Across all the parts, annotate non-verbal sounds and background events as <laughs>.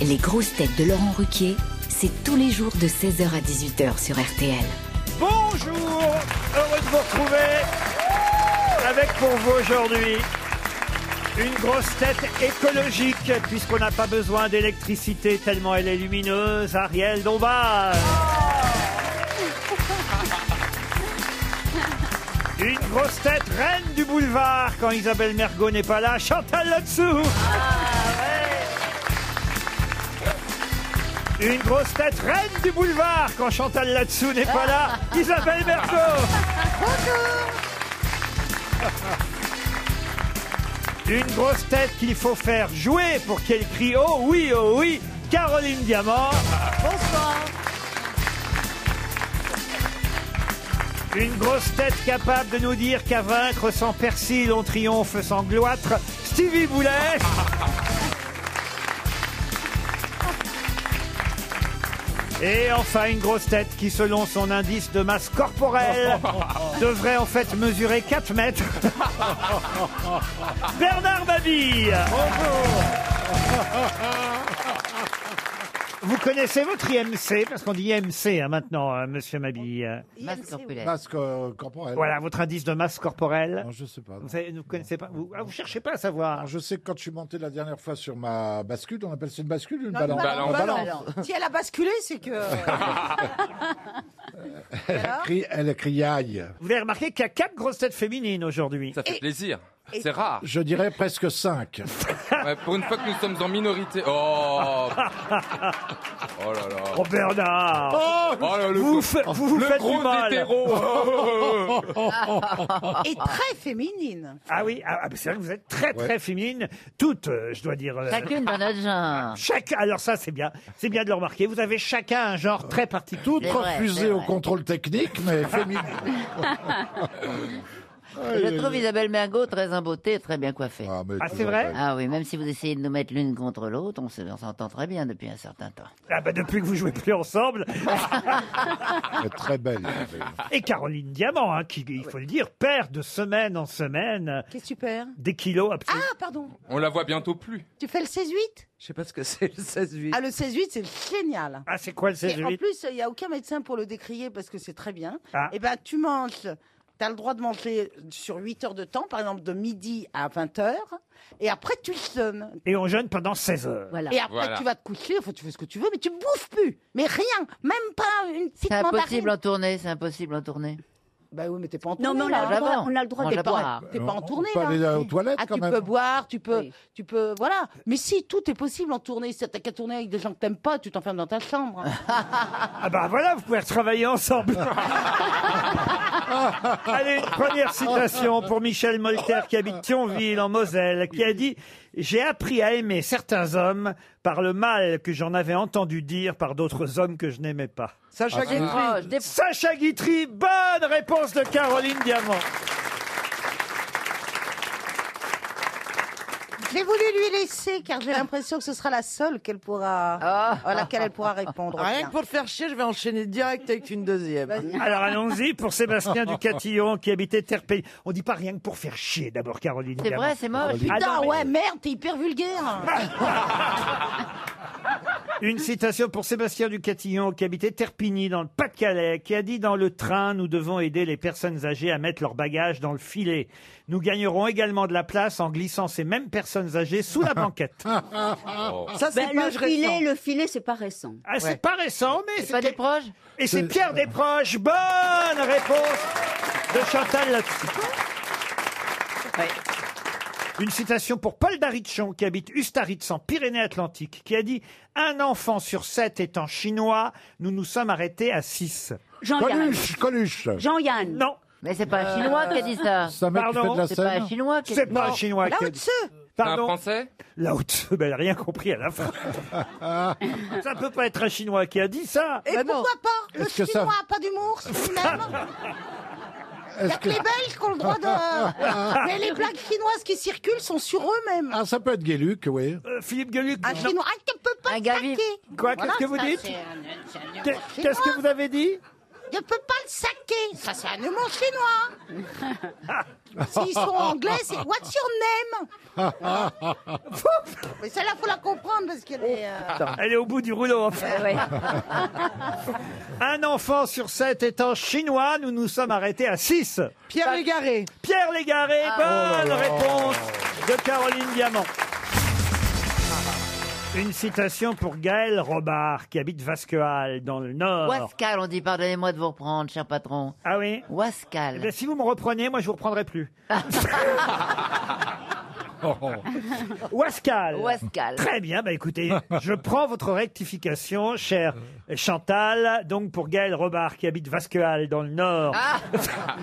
Les grosses têtes de Laurent Ruquier, c'est tous les jours de 16h à 18h sur RTL. Bonjour, heureux de vous retrouver avec pour vous aujourd'hui une grosse tête écologique puisqu'on n'a pas besoin d'électricité tellement elle est lumineuse, Ariel Dombal. Une grosse tête reine du boulevard quand Isabelle Mergot n'est pas là, Chantal là-dessous. Une grosse tête reine du boulevard quand Chantal là-dessous n'est pas là, Isabelle Mergot. Une grosse tête qu'il faut faire jouer pour qu'elle crie oh oui, oh oui, Caroline Diamant. Bonsoir. Une grosse tête capable de nous dire qu'à vaincre sans persil, on triomphe sans gloître, Stevie Boulet. Et enfin, une grosse tête qui, selon son indice de masse corporelle, devrait en fait mesurer 4 mètres. Bernard Mabille Vous connaissez votre IMC, parce qu'on dit IMC hein, maintenant, euh, monsieur Mabille. Masse corporelle. Masque euh, corporel. Voilà, votre indice de masse corporelle. Non, je sais pas. Vous savez, vous connaissez pas vous, ah, vous cherchez pas à savoir. Je sais que quand je suis monté la dernière fois sur ma bascule, on appelle ça une bascule ou une Non, balance balance, Une balance. Si elle a basculé, c'est que. Elle crie- Elle criaille. Vous avez remarqué qu'il y a quatre grosses têtes féminines aujourd'hui. Ça fait plaisir. C'est rare. Je dirais presque 5. Ouais, pour une fois que nous sommes en minorité. <laughs> Oh Oh là là. Oh Bernard Oh Oh là, le, Vous gros- fa- vous vous le faites du gros mal. <laughs> hétéro. Oh, oh, oh. Ah. Et très féminine. Ah oui, ah, ah, c'est vrai que vous êtes très très féminine, toutes, euh, je dois dire. euh, Ah, Chacune dans notre genre. chaque- alors ça c'est bien, c'est bien de le remarquer. Vous avez chacun un genre très particulier. Toutes C'est vrai, refusées c'est au vrai. contrôle technique, <laughs> mais féminines. Je trouve Isabelle Mergot très en beauté, très bien coiffée. mais Ah, tu c'est vois, vrai Ah oui, même si vous essayez de nous mettre l'une contre l'autre, on se- on s'entend très bien depuis un certain temps. Ah bah, depuis que vous jouez plus ensemble. elle est Très belle. Et Caroline Diamant, hein, qui, Ah il faut le dire, perd de semaine en semaine euh, Qu'est-ce que tu perds des kilos absolument. Ah, pardon. On la voit bientôt plus. Tu fais le 16-8 Je sais pas ce que c'est le 16-8. Ah, le 16-8, c'est génial. Ah, c'est quoi le Et en 16 plus, il n'y a aucun médecin pour le décrier parce que c'est très bien. Ah. Et ben, tu manges. Tu as le droit de manger sur 8 heures de temps, par exemple de midi à 20 heures, et après tu le sonnes. Et on jeûne pendant 16 heures. Et après Voilà. tu vas te coucher, enfin tu fais ce que tu veux, mais tu bouffes plus, mais rien, même pas une petite C'est impossible mandarine. en tournée, c'est impossible en tournée. Bah oui, mais t'es pas en tournée. Non, mais on a, Mange le là. avant. droit, on a le droit Mange de avant. boire. T'es pas en tournée On peut là. aller aux toilettes Ah, quand tu même. peux boire, tu peux, Oui. tu peux, voilà. Mais si tout est possible en tournée, si t'as qu'à tourner avec des gens que t'aimes pas, tu t'enfermes dans ta chambre. Ah bah voilà, vous pouvez travailler <laughs> ensemble. Allez, une première citation pour Michel Molter qui habite Thionville en Moselle, qui a dit J'ai appris à aimer certains hommes par le mal que j'en avais entendu dire par d'autres hommes que je n'aimais pas. Sacha Guitry. Oh, je déf- Sacha Guitry, bonne réponse de Caroline Diamant. <laughs> J'ai voulu lui laisser car j'ai l'impression que ce sera la seule qu'elle pourra, à laquelle elle pourra répondre. Rien Bien. que pour te faire chier, je vais enchaîner direct avec une deuxième. Alors allons-y <laughs> pour Sébastien Ducatillon qui habitait Terpey. On dit pas rien que pour faire chier d'abord Caroline C'est Diamant. vrai, c'est moche. Putain, Ah non, mais- ouais, merde, t'es hyper vulgaire. Une citation pour Sébastien Ducatillon, qui habitait Terpigny, dans le Pas-de-Calais, qui a dit Dans le train, nous devons aider les personnes âgées à mettre leurs bagages dans le filet. Nous gagnerons également de la place en glissant ces mêmes personnes âgées <laughs> sous la banquette. Oh. Ça, c'est Ben, pas le filet, le filet, c'est pas récent. Ah, c'est pas récent, mais C'est pas des c'est. proches Et c'est Pierre Desproges. Bonne réponse de Chantal là-dessus. Une citation pour Paul Darichon, qui habite Ustaritz, en Pyrénées-Atlantiques, qui a dit Un enfant sur sept étant chinois, nous nous sommes arrêtés à six. Jean-Yann. Coluche, Coluche. Jean-Yann. Non, Mais c'est pas un chinois qui a dit ça. C'est un mec qui Pardon, fait de la C'est pas un scène. chinois qui a c'est dit pas un chinois. Là qui a dit- au-dessus. C'est un Pardon, français là où tu <laughs> ben, elle a rien compris à la <laughs> fin. ça peut pas être un chinois qui a dit ça. Ben Et Bah non. pourquoi pas Le Est-ce que chinois ça- a pas d'humour, <laughs> c'est lui-même. Il y a Est-ce que les Belges qui ont le <laughs> droit de. Mais les blagues chinoises qui circulent sont sur eux-mêmes. Ah, ça peut être Guéluc, oui. Euh, Philippe Gueluc, Un non. chinois, ah, tu peux pas Un te gars vif. craquer. quoi Qu'est-ce que vous dites Qu'est- Qu'est-ce que vous avez dit ne peut pas le saquer. Ça, c'est un humour <laughs> chinois. S'ils sont anglais, c'est What's your name <laughs> Mais celle-là, faut la comprendre parce qu'elle est. euh, Elle est au bout du rouleau. en fait. <laughs> Un enfant sur sept étant chinois, nous nous sommes arrêtés à six. Pierre Légaré. Pierre Légaré, Oh bonne réponse Oh de Caroline Diamant. Une citation pour Gaël Robard, qui habite Vasquehal, dans le Nord. Wascal, on dit pardonnez-moi de vous reprendre, cher patron. Ah oui Eh bien, Wascal. Si vous me reprenez, moi, je vous reprendrai plus. Wascal. Wascal. Très bien, bah écoutez, je prends votre rectification, chère Chantal, donc pour Gaël Robard qui habite Vasquehal dans le Nord. Ah.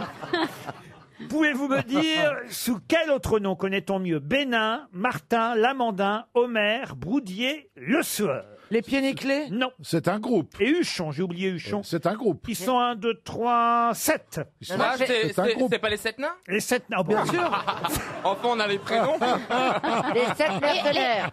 Pouvez-vous me dire sous quel autre nom connaît-on mieux Bénin, Martin, Lamandin, Homer, Broudier, Le Sueur Les pieds nickelés. Non. C'est un groupe. Et Huchon, j'ai oublié Huchon. C'est un groupe. Ils sont 1, 2, 3, 7. Non, Ils sont- non, Bah, Ah, c'est C'est un c'est- groupe. c'est pas les sept nains Oh. Et 7, non, Ah bon. <laughs> Enfin, on a les <laughs> prénoms. Les sept mercenaires.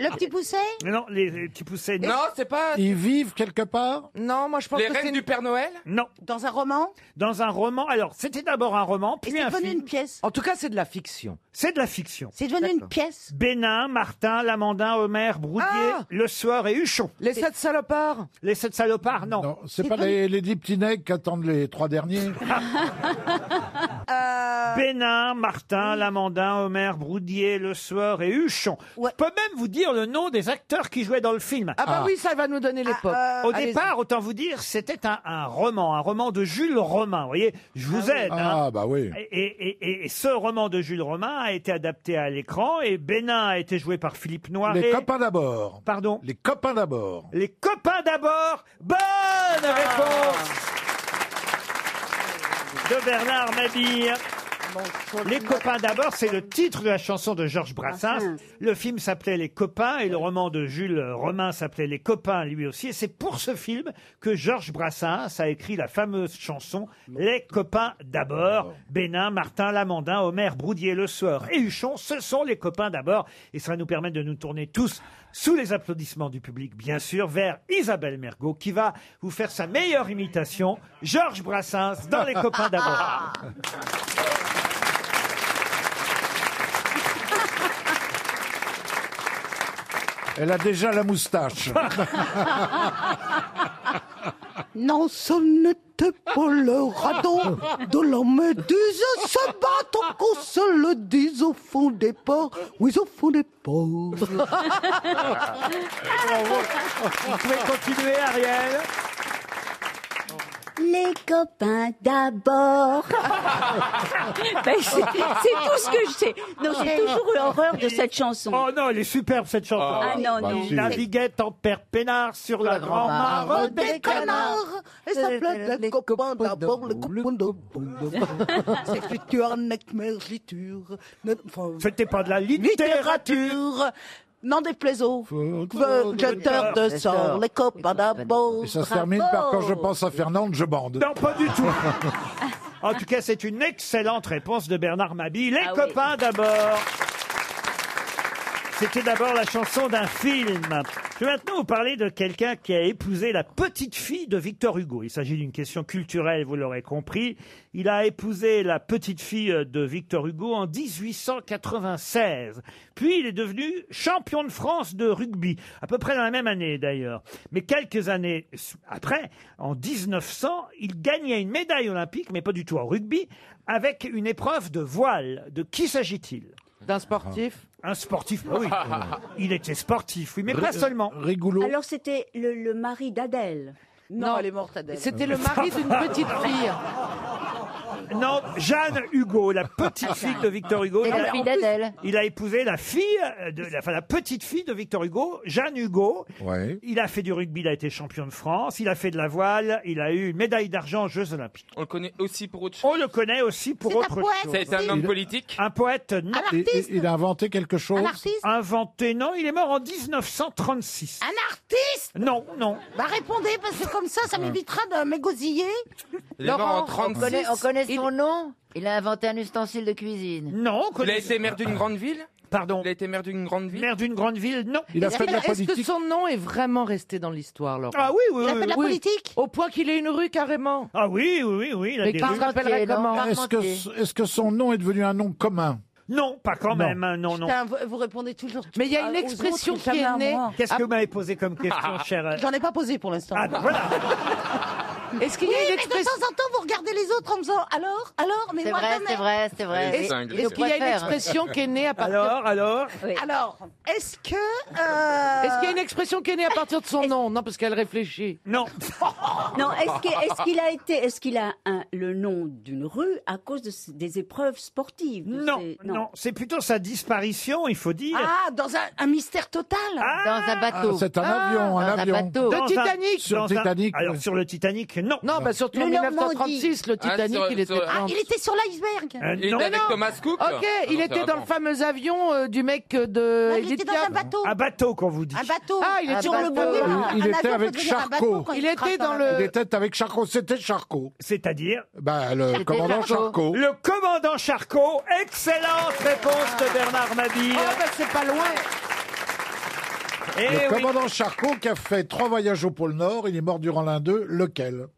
Le petit poussé Non, les, les petits poussés, non. non, c'est pas Ils vivent quelque part Non, moi je pense les que c'est reines du une... Père Noël Non. Dans un roman Dans un roman, alors c'était d'abord un roman, Et puis c'est un devenu film. une pièce. En tout cas, c'est de la fiction. C'est de la fiction. C'est devenu une D'accord. pièce. Bénin, Martin, Lamandin, Homer, Broudier, Ah Le Sueur et Huchon. Les sept salopards. Les sept salopards, non. Non, <laughs> c'est pas les, les dix petits nègres qu'attendent les <laughs> trois derniers. Euh. Bénin, Martin, Lamandin, Homer, Broudier, Le Sueur et Huchon. Ouais. Je peux même vous dire le nom des acteurs qui jouaient dans le film. Ah bah Ah. oui, ça va nous donner l'époque. Au allez-y. départ, autant vous dire, c'était un, un roman, un roman de Jules Romain. Vous voyez, je vous aide. hein. Ah, bah oui. Et, et- et- et ce roman de Jules Romain a été adapté à l'écran et Bénin a été joué par Philippe Noiret. Les copains d'abord. Pardon. Les copains d'abord. Les copains d'abord. Bonne réponse de Bernard Mabille. Les copains d'abord, c'est le Ah, titre de la chanson de Georges Brassens. Le film s'appelait Les copains et le roman de Jules Romain s'appelait Les copains lui aussi. Et c'est pour ce film que Georges Brassens a écrit la fameuse chanson Les copains d'abord. Bénin, Martin, Lamandin, Homer, Broudier, Le Sueur et Huchon, ce sont les copains d'abord. Et ça va nous permettre de nous tourner tous sous les applaudissements du public, bien sûr, vers Isabelle Mergot qui va vous faire sa meilleure imitation, Georges Brassens dans Les copains <laughs> d'abord. Elle a déjà la moustache. <laughs> Non, ce n'était pas le radeau de l'homme dise se battre qu'on se le dise au fond des ports. Oui, au fond des <laughs> ports. Vous pouvez continuer, Ariel. Les copains <laughs> d'abord. Ben, c'est c'est tout ce que je sais. Non, j'ai toujours eu horreur de cette chanson. Oh non, elle est superbe cette chanson. Ah non, non. si. Naviguait en père peinard sur la, grande Ah, mare des canards. Et ça plaît Euh, les copains d'abord, les copains d'abord. <laughs> C'est futur, nec, mergiture. C'était pas de la littérature. N'en déplaise aux jeteurs de sort, les copains d'abord. Et ça se termine par quand je pense à Fernande, je bande. Non, pas du tout. en tout cas, c'est une excellente réponse de Bernard Mabille. Les Ah oui. copains d'abord. C'était d'abord la chanson d'un film. Je vais maintenant vous parler de quelqu'un qui a épousé la petite fille de Victor Hugo. Il s'agit d'une question culturelle, vous l'aurez compris. Il a épousé la petite fille de Victor Hugo en 1896. Puis il est devenu champion de France de rugby, à peu près dans la même année d'ailleurs. Mais quelques années s- après, en 1900, il gagnait une médaille olympique, mais pas du tout en rugby, avec une épreuve de voile. De qui s'agit-il D'un sportif. un sportif, bah oui. <laughs> Il était sportif, oui, mais pas seulement. Rigolo. Alors, c'était le, le mari d'Adèle. Non, elle est morte, Adèle. C'était le mari d'une petite fille. Non, Jeanne Hugo, la petite fille de Victor Oh, Hugo. Et Il la a, fille d'Adèle. il a épousé la fille, euh, de, la, enfin la petite fille de Victor Hugo, Jeanne Hugo. Ouais. Il a fait du rugby, il a été champion de France, il a fait de la voile, il a eu une médaille d'argent aux Jeux Olympiques. On le connaît aussi pour autre chose. On le connaît aussi pour C'est un autre poète. chose. Ça a été un homme politique. Un poète, non. Il, il- il a inventé quelque chose. Un artiste Inventé, non, il est mort en 1936. Un artiste Non, non. Bah répondez, Hein. parce que comme ça, ça m'évitera de m'égosiller. Il est mort en On connaît, on 36. connaît son nom Il a inventé un ustensile de cuisine. Non, on Il a connaît- Ah. été maire d'une grande ville Pardon. Il a été maire d'une grande ville Maire d'une grande ville, non. Il a fait de la Est-ce que politique. son nom est vraiment resté dans l'histoire, Laurent Ah oui, oui, Il a oui. fait de la oui. politique Au point qu'il ait une rue carrément. Ah oui, oui, oui, oui, il a Mais des qui rues. se rappellerait non comment Parmentier. Est-ce que, est-ce que son nom est devenu un nom commun Non, pas quand Non. même, hein, non, non. Putain, vous, vous répondez toujours. Mais il y a à- une Ah, aux expression autres, qui jamais est à née. Ah. moi. Qu'est-ce Ah, que vous m'avez posé comme Ah. question, cher J'en ai pas posé pour l'instant. Ah, voilà Est-ce qu'il Oui, y a une mais de expression temps en temps, vous regardez les autres en faisant alors, alors, mais C'est moi vrai, quand c'est même. vrai, c'est vrai. Allez, Est-ce Cinq, est-ce qu'il y a une préfère. expression qui est née à partir Alors, alors Alors, est-ce que. euh, Est-ce qu'il y a une expression qui est née à partir de son nom Non, parce qu'elle réfléchit. <laughs> Non. <laughs> Non, est-ce que- est-ce qu'il a été, est-ce qu'il a un- le nom d'une rue à cause de ce- des épreuves sportives de Non, ces- non, c'est plutôt sa disparition, il faut dire. Ah, dans un, un mystère total Dans un Ah, bateau. C'est un avion, un Dans un avion. bateau. Le Titanic Sur dans un- Titanic, Alors, oui. sur le Titanic, non. Non, bah surtout Le en 1936, le Ah, Titanic, sur- il était sur- dedans. Ah, il était sur l'iceberg Euh, Il était non. avec non. Thomas Cook Ok, Ah non, il c'est était dans avant. le fameux avion euh, du mec euh, de Ah, Il Edith était dans Piaf. un bateau Un bateau, qu'on vous dit. Un Ah, bateau bah, il était Sur dans le le bateau. bateau. Un Il avion était peut avec devenir un Charcot. bateau quand Il crache était dans la- Il le... était avec Charcot, c'était Charcot. C'est-à-dire Ben, le C'était commandant Charcot. Charcot. le commandant Charcot. Excellente réponse de Bernard Mabille. Oh, bah c'est pas loin Eh Le oui. commandant Charcot qui a fait trois voyages au pôle Nord, il est mort durant l'un d'eux, <laughs> lequel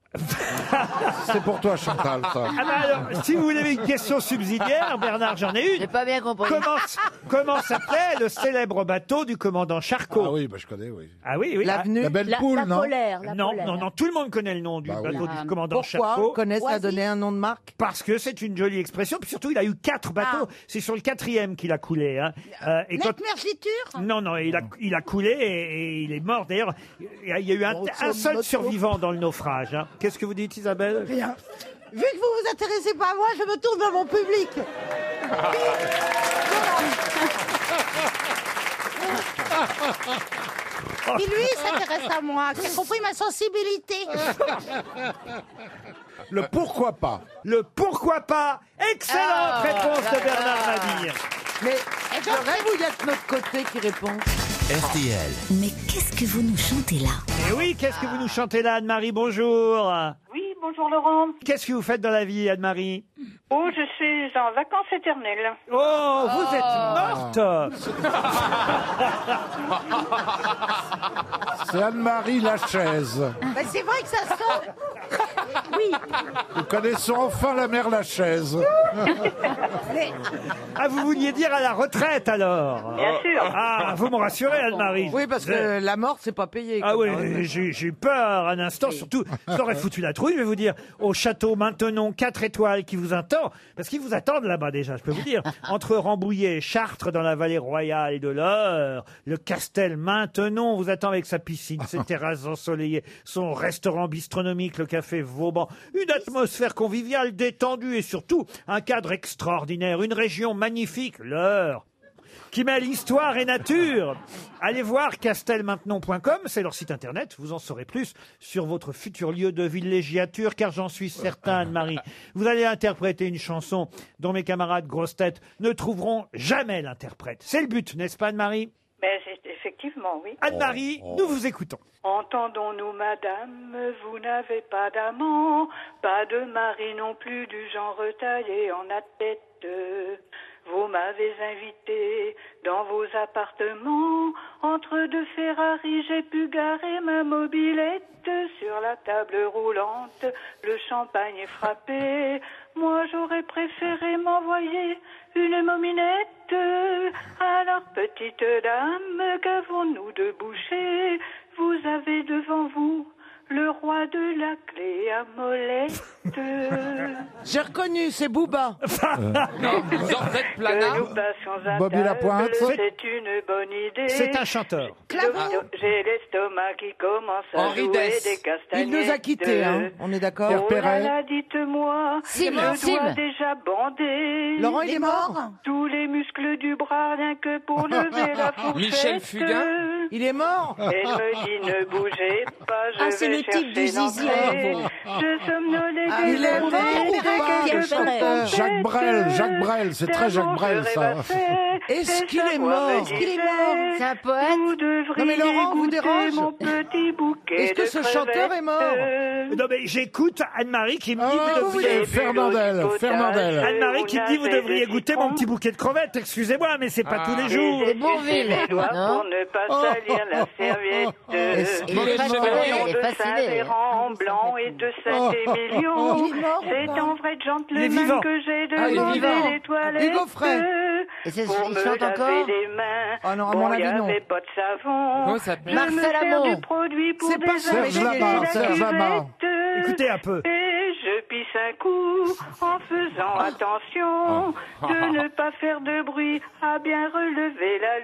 C'est pour toi, Chantal, ça. Ah bah alors, si vous voulez une question subsidiaire, Bernard, j'en ai une. J'ai pas bien compris. Comment, s- comment s'appelait le célèbre bateau du commandant Charcot Ah oui, ben, je connais, oui. Ah oui, oui. L'avenue... La belle La, poule, la non polaire, la Ah, non, polaire. non, non, tout le monde connaît le nom du Bah oui. bateau Ah, du commandant Pourquoi Charcot. connaissent à Oisif. donner un nom de marque Parce que c'est une jolie expression, puis surtout il a eu quatre bateaux. C'est sur le quatrième qu'il a coulé. Hein. Euh, et quand... Nette mergiture Non, non, il a, il a coulé et, et il est mort. D'ailleurs, il y a il y a eu un, un seul survivant dans le naufrage. hein. Qu'est-ce que vous dites, Isabelle <laughs> Bien. Vu que vous vous intéressez pas à moi, je me tourne vers mon public. <laughs> Qui lui s'intéresse à moi, qui a compris ma sensibilité. Le pourquoi pas Le pourquoi pas Excellente Ah, réponse de là, Bernard là. Mabille. Mais Et le donc, rêve où il y a de notre côté qui répond RTL. Mais qu'est-ce que vous nous chantez là Et Eh oui, qu'est-ce que vous nous chantez là, Anne-Marie Bonjour. Oui, bonjour Laurent. Qu'est-ce que vous faites dans la vie, Anne-Marie Oh, je suis en vacances éternelles. Oh, vous êtes morte C'est Anne-Marie Lachaise. Bah, c'est vrai que ça sent. Nous connaissons enfin la mère Lachaise. Ah, vous vouliez dire à la retraite alors Bien sûr. Ah, vous me rassurez, Anne-Marie. Oui, parce que la mort, c'est pas payé. Ah quand oui, même. j'ai j'ai eu peur un instant, surtout, ça aurait foutu la trouille, je vais vous dire, au château Maintenon, 4 étoiles qui vous attend, parce qu'ils vous attendent là-bas déjà, je peux vous <laughs> dire, entre Rambouillet et Chartres, dans la vallée royale de l'Eure, le castel Maintenon vous attend avec sa piscine, <laughs> ses terrasses ensoleillées, son restaurant bistronomique, le café Vauban, une atmosphère conviviale, détendue et surtout, un cadre extraordinaire, une région magnifique, l'Eure qui mêle histoire et nature. Allez voir castelmaintenon.com, c'est leur site internet, vous en saurez plus sur votre futur lieu de villégiature, car j'en suis certain, Anne-Marie. Vous allez interpréter une chanson dont mes camarades grosses têtes ne trouveront jamais l'interprète. C'est le but, n'est-ce pas, Anne-Marie Mais c'est- effectivement, oui. Anne-Marie, oh. nous vous écoutons. Entendons-nous, madame, vous n'avez pas d'amant, pas de mari non plus du genre taillé en tête. Vous m'avez invité dans vos appartements, entre deux Ferrari, j'ai pu garer ma mobilette sur la table roulante. Le champagne est frappé, moi j'aurais préféré m'envoyer une mominette. Alors, petite dame, qu'avons-nous de boucher Vous avez devant vous le roi de la clé à molette. J'ai reconnu, c'est <laughs> Booba. Non, Georgette Plana. Que nous passions à Bobby table, Lapointe. c'est une bonne idée. C'est un chanteur. Clavo. J'ai l'estomac qui commence à Henri jouer Dess. des castagnettes. Il nous a quittés, hein. on est d'accord Oh là Perret. là, dites-moi, Sim, je Sim. dois déjà bander Laurent, il est mort tous les muscles du bras rien que <laughs> pour lever la fourchette. Michel Fugain. Il est mort Elle me dit ne bougez pas, je Ah, vais c'est le type du chercher zizi, l'entrée. Je somnolais Ah, il est mort ou pas, quelques Jacques pompettes. Brel, Jacques Brel, c'est très Jacques Tellement Brel, je ça. rêvassais <laughs> Est-ce Des qu'il est Savoies me mort Est-ce qu'il est disaient, mort C'est un poète Vous devriez Non, mais Laurent, vous goûter dérange mon petit bouquet Est-ce que de ce chanteur est mort Oh, crevettes. Non mais j'écoute Anne-Marie qui me dit Ah vous oui, devriez... Fernandel, Fernandel. Anne-Marie qui me dit vous devriez goûter mon petit bouquet de crevettes. Excusez-moi, mais c'est pas Ah. tous les Et jours. j'ai cassé mes doigts pour ne pas Oh. Oh. salir la serviette. Est-ce- il Le est fasciné, chevalier il est de fasciné. Saint-Véran, blanc et de Saint-Émilion. Il est mort ou C'est pas en vrai Il est vivant. gentleman que j'ai Ah, il est demandé vivant. les toilettes. Hugo Frey. Et c'est- Pour il me chante laver encore les mains. Ah non, à Bon, mon y avis, non. avait pas de savon. Comment ça s'appelle Je me Marcel sers Amont. du produit pour C'est pas désinfecter Serge Lama, la Serge Lama. cuvette. Écoutez un peu. Et je pisse un coup en faisant attention de ne pas faire de bruit, à bien relever la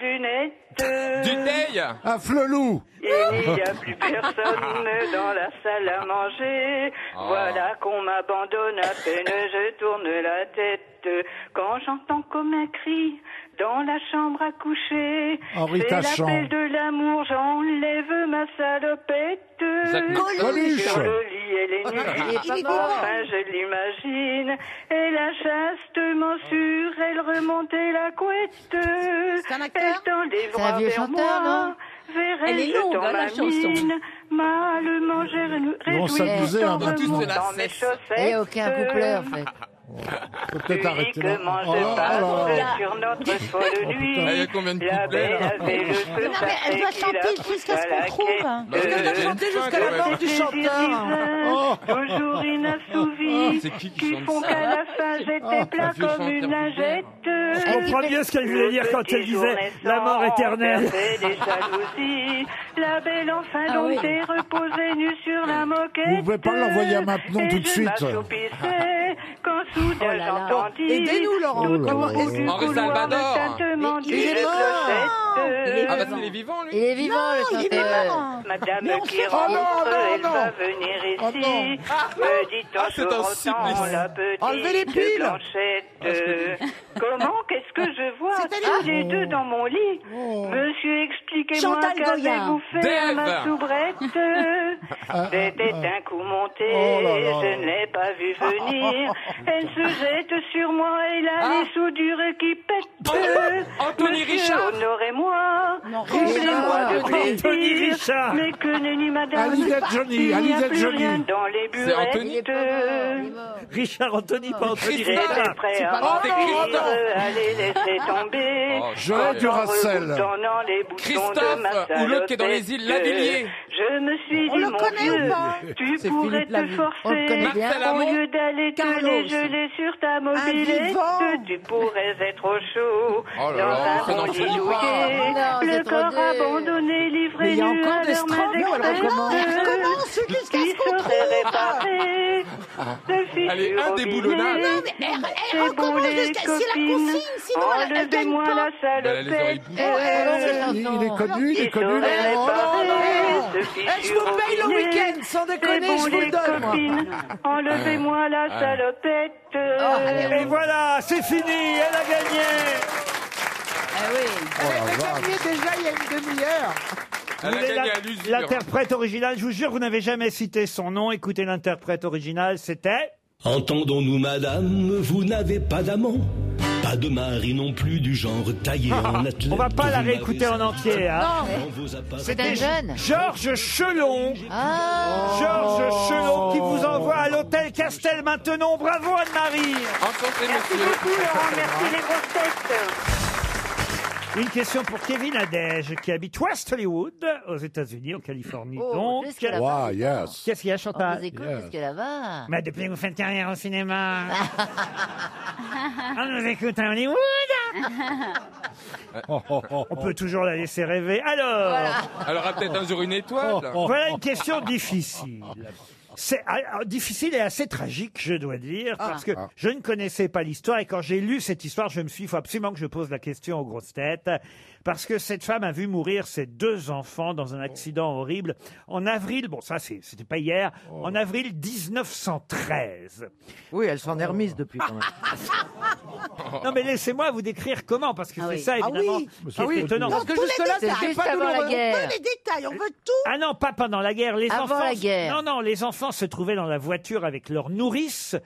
Du lunette. teil Un Oh, flelou Il n'y a plus personne dans la salle à manger. Voilà qu'on m'abandonne à peine, je tourne la tête. Quand j'entends comme un cri dans la chambre à coucher, Henri c'est Tachant. l'appel de l'amour, j'enlève ma Jacques salopette. Mecton. Coluche. Sur le lit, elle est nue. Il est Enfin, je l'imagine. Et la chastement sûre, elle remontait la couette. C'est un acteur Elle tend les C'est un bras vieux vers chanteur, moi. non Verrai-je Elle est longue, dans hein, la ma chanson. mine, Malement, j'ai on s'amusait un peu. dans Tu sais, la mes cesse. chaussettes. Eh, Euh, Et Eh, aucun coupleur, en fait. Faut peut-être arrêter là. Ah, Uniquement Oh je là là là là. parle sur Oh, notre folle nuit. Ah, il y a combien de La couplets, belle là <laughs> avait le feu Non, mais elle sacré qui la doit chanter pousse jusqu'à à ce qu'on la trouve. quête. Parce qu'elle doit chanter jusqu'à la mort Des désirs vains, Toujours inassouvis, euh, oh. C'est qui qui qui chante font ça qu'à la fin Ah, j'étais Ah, plat vieux comme chanteur une vulgaire. lingette. euh, Je comprends mieux ce qu'elle voulait dire quand elle disait la mort éternelle. Fait des jalousies. La belle Ah enfin domptée reposée nue sur la moquette. euh, Vous pouvez pas l'envoyer à maintenant Et tout de je suite. m'assoupissais Quand Oh soudain là. j'entendis. Aidez-nous, Laurent. tout Oh là au là. bout du Henri couloir Salvador. le tintement il est d'une mort. clochette. Il est Ah, parce qu'il est vivant, Il lui est vivant, le Il est chanteur. mort. Euh, Madame Mais on qui sait- rentre, Oh non, non, elle non. va venir Oh ici. non. Me dit Ah, c'est un supplice. Ah, la petite Enlevez les piles. blanchette. Comment Qu'est-ce que je vois C'est-à-dire Tous les deux dans mon lit. Monsieur, expliquez-moi Chantal qu'avez-vous Goya. fait à ma Dave. soubrette Ah, C'était un coup monté, Oh là là je là. ne l'ai pas vu venir. Elle se jette sur moi et là, Ah. les soudures qui pètent. Anthony Monsieur, Richard. Honorez-moi. Richard. Comblez-moi de Anthony plaisir. Richard. Mais que nenni, madame. Alizé Johnny, Il n'y a Alizé plus Johnny. rien dans les C'est Anthony burettes. Richard Anthony, pas Anthony J'étais Richard. prêt hein. à pas vrai. Oh, m'enfuir, Christophe. euh, allez laisser tomber. Oh, Je putain. l'ai du Racel. Tendant les boutons Christophe, de ma ou l'autre qui est dans les îles, salopette. Lavillier. Je me suis On dit, le mon connaît ou Dieu, pas tu C'est pourrais Philippe te Lavillier. forcer. On le connaît bien. Marcel Au Amont. lieu d'aller te Carlos. les geler sur ta mobilette, vivant. tu pourrais être au chaud Oh là dans là, un ça n'en bon lit fait pas. loué, Non, c'est le trop corps dur. abandonné, Mais livré il y a nu encore à des leurs mains strokes, elle expertes. recommence. Elle recommence jusqu'à Qui ce qu'on trouve. saurait Ah, réparer le fil Elle est du indéboulonnable. robinet. Non, mais elle- elle C'est recommence bon, les jusqu'à- c'est la copines, consigne, sinon elle- elle gagne enlevez-moi pas. la Ben, elle a les oreilles salopette. bouchées. Euh, Il il est connu, il Qui est connu. saurait là. Oh là réparer là là. ce fichu Eh, je vous paye le robinet week-end, sans c'est déconner, bon je vous les le donne, moi. copines, Ah, enlevez-moi la salopette. Oh, ah, ben Et voilà, c'est fini, elle a gagné. Ah Oh, Elle avait gagné déjà il y a une demi-heure. Elle Vous a voulez gagné la- à l'usure. L'interprète originale, je vous jure, vous n'avez jamais cité son nom. Écoutez l'interprète originale, c'était... Entendons-nous, Oh, madame, vous n'avez pas d'amant, pas de mari non plus du genre taillé en athlète. Ah, On va pas la réécouter en entier. Hein. C'est un jeune. Oh. Georges Chelon. Georges Chelon qui vous envoie à l'hôtel Castel maintenant. Bravo Anne-Marie. Enchanté, Merci monsieur. <laughs> beaucoup Laurent, merci les grosses <laughs> têtes. Une question pour Kevin Adège qui habite West Hollywood aux États-Unis, en Californie. Oh, Donc, qu'est-ce qu'elle a- Wow, yes. qu'est-ce qu'il y a On Chantal vous écoute, Ah, Yeah. qu'est-ce qu'elle a va Mais Bah, depuis que vous faites carrière au cinéma, <laughs> Ah, on nous écoute à Hollywood. hein. Oh, oh, oh, On oh. peut toujours la laisser rêver. Alors, Elle aura peut-être un jour une étoile. Voilà une question difficile. C'est ah, ah, difficile et assez tragique, je dois dire, Ah. parce que je ne connaissais pas l'histoire et quand j'ai lu cette histoire, je me suis dit, il faut absolument que je pose la question aux grosses têtes, parce que cette femme a vu mourir ses deux enfants dans un accident horrible en avril, bon ça c'est- c'était pas hier, en avril 1913. Oui, elle s'en est remise depuis quand même. <laughs> Non mais laissez-moi vous décrire comment, parce que c'est ça Ah évidemment oui. qui est Ah oui. étonnant. Parce que Dans tous les jusque-là, détails. hein. c'était Juste pas avant la douloureux. On veut guerre. les détails, on veut tout. Ah non, pas pendant la guerre. Les Avant enfants, la guerre. Non, non, les enfants enfants se trouvaient dans la voiture avec leur nourrice